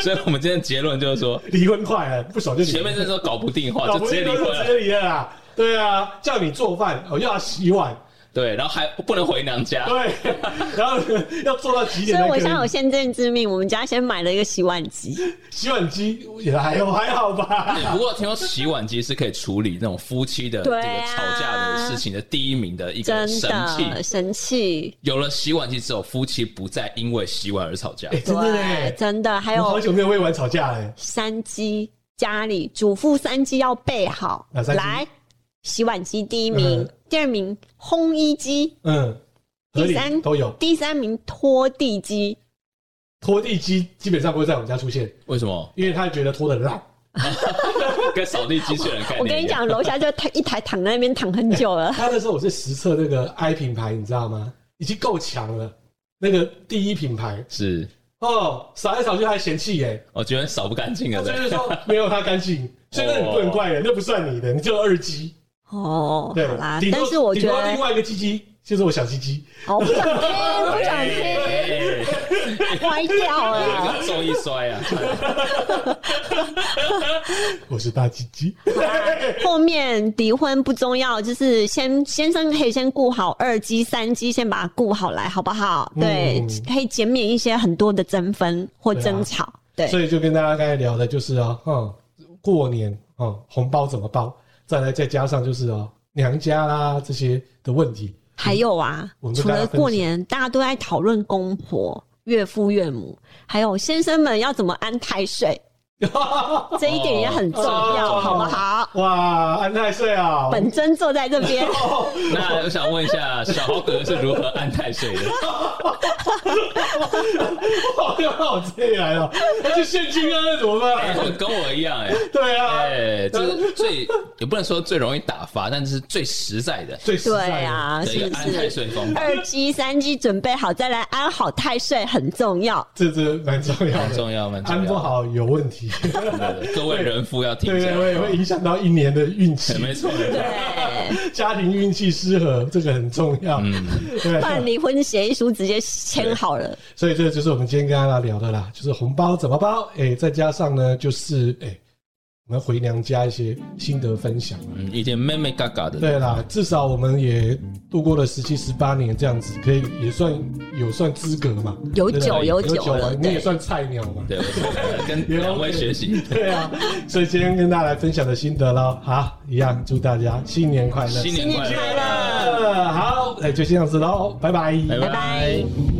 Speaker 3: 所以我们今天的结论就 是说，
Speaker 1: 离婚快了，不爽就离婚
Speaker 3: 前面那时候搞不定的话，
Speaker 1: 搞
Speaker 3: 就
Speaker 1: 不
Speaker 3: 直接
Speaker 1: 定
Speaker 3: 离
Speaker 1: 都是
Speaker 3: 婚
Speaker 1: 直
Speaker 3: 了。
Speaker 1: 接离了啦。对啊，叫你做饭哦，又要洗碗，
Speaker 3: 对，然后还不能回娘家。
Speaker 1: 对，然后要做到几点
Speaker 2: 所以
Speaker 1: 才
Speaker 2: 我
Speaker 1: 可以？
Speaker 2: 现在有先见之明，我们家先买了一个洗碗 机，
Speaker 1: 洗碗机也还还好吧？
Speaker 3: 不过听说洗碗机是可以处理那种夫妻的这
Speaker 2: 对
Speaker 3: 个
Speaker 2: 啊
Speaker 3: 吵架的事情的第一名的一个
Speaker 2: 真
Speaker 3: 神
Speaker 2: 的
Speaker 3: 器。
Speaker 2: 神器，
Speaker 3: 有了洗碗机之后，夫妻不再因为洗碗而吵架
Speaker 1: 哎、。真的
Speaker 2: 对，啊
Speaker 1: 嘞，
Speaker 2: 真的，还
Speaker 1: 我好
Speaker 2: 有
Speaker 1: 久没有为玩吵架嘞。
Speaker 2: 三鸡，家里主妇三鸡要备好
Speaker 1: 哪，三鸡
Speaker 2: 来，洗碗机第一名
Speaker 1: 嗯，
Speaker 2: 第二名烘衣机，
Speaker 1: 嗯，合
Speaker 2: 第
Speaker 1: 理
Speaker 2: 三
Speaker 1: 都有，
Speaker 2: 第三名拖地机，
Speaker 1: 拖地机基本上不会在我们家出现，
Speaker 3: 为什么？
Speaker 1: 因为他觉得拖的烂。
Speaker 3: 跟扫地机器人概念一样。
Speaker 2: 我跟你
Speaker 1: 哎
Speaker 2: 讲，楼下就躺一台躺在那边躺很久了，
Speaker 1: 他那时候我是实测那个 I 品牌，你知道吗？已经够强了，那个第一品牌
Speaker 3: 是，
Speaker 1: 哦，扫来扫去还嫌弃耶、
Speaker 3: 我觉得扫不干净
Speaker 1: 他
Speaker 3: 了。
Speaker 1: 就
Speaker 3: 对
Speaker 1: 是说没有他干净，所以那你不能怪人，那不算你的，你就二鸡。
Speaker 2: 哦，
Speaker 1: 对
Speaker 2: 好啦，，
Speaker 1: 顶多
Speaker 2: 但是我觉
Speaker 1: 顶多
Speaker 2: 得
Speaker 1: 另，外一个鸡鸡就是我小鸡鸡，
Speaker 2: 哦我不 想听，不想听，
Speaker 3: 哎
Speaker 2: 歪掉了。
Speaker 3: 哎重一摔啊！
Speaker 1: 我是大鸡鸡。
Speaker 2: 后面离婚不重要，就是先先生可以先顾好二机、三机，先把它顾好来，好不好？对，
Speaker 1: 嗯
Speaker 2: 可以减免一些很多的争分或争吵。对,、
Speaker 1: 啊所以就跟大家刚才聊的就是啊，嗯，过年啊、嗯，红包怎么包，再来再加上就是哦，娘家啦这些的问题，
Speaker 2: 还有啊
Speaker 1: 我，们就
Speaker 2: 除
Speaker 1: 跟大家
Speaker 2: 了
Speaker 1: 分享
Speaker 2: 过年，大家都在讨论公婆、岳父、岳母，还有先生们要怎么安太 岁，这一点也很重要，
Speaker 1: 哦
Speaker 2: 好不好？
Speaker 1: 哇，安太岁啊，
Speaker 2: 本尊坐在这边，
Speaker 1: 哦
Speaker 3: 那我想问一下，小豪哥是如何安太岁的？
Speaker 1: 又让我这里来了，那就现金啊，那怎么
Speaker 3: 哎
Speaker 1: 办？
Speaker 3: 跟我一样哎。
Speaker 1: 对啊，
Speaker 3: 哎，这是最也不能说最容易打发，但是最实在的
Speaker 1: 最实
Speaker 2: 对
Speaker 1: 在的，
Speaker 2: 啊，
Speaker 3: 的一
Speaker 2: 是
Speaker 3: 个
Speaker 2: 不
Speaker 3: 安太
Speaker 2: 是？
Speaker 3: 岁方法，
Speaker 2: 二机、三机准备好，再来安好太岁很重要。
Speaker 1: 这这蛮重要
Speaker 3: 很
Speaker 1: 的，
Speaker 3: 重要，蛮重
Speaker 1: 哎安不
Speaker 3: 要。
Speaker 1: 好有问 题，
Speaker 3: 对各位人夫要听
Speaker 1: 对
Speaker 3: 一下
Speaker 1: 对，，会会影响到一年的运
Speaker 3: 对没
Speaker 1: 气，
Speaker 3: 错，没 错。
Speaker 2: 对。
Speaker 1: 家庭运气失衡，这个很重要，
Speaker 3: 嗯，
Speaker 1: 对
Speaker 2: 不。然离婚协议书直接签好了。
Speaker 1: 所以这就是我们今天跟大家聊的啦，就是红包怎么包，哎、再加上呢，就是哎、我们回娘家一些心得分享啊。
Speaker 3: 嗯，一点妹妹嘎嘎的，
Speaker 1: 对啦，至少我们也度过了十七、十八年这样子，可以也算有算资格嘛，
Speaker 4: 有
Speaker 1: 对不对
Speaker 4: 酒有
Speaker 1: 有
Speaker 4: 酒
Speaker 1: 嘛
Speaker 4: 了，
Speaker 1: 你也
Speaker 4: 对，
Speaker 1: 算菜鸟嘛。
Speaker 3: 对，我跟两位学习，
Speaker 1: 对啊，所以今天跟大家来分享的心得喽。好，一样祝大家新年快乐，
Speaker 3: 新
Speaker 2: 新
Speaker 3: 年
Speaker 2: 年
Speaker 3: 快
Speaker 2: 快
Speaker 3: 乐，
Speaker 2: 乐！
Speaker 1: 呃好，哎，就这样子喽，拜拜，
Speaker 3: 拜
Speaker 4: 拜拜。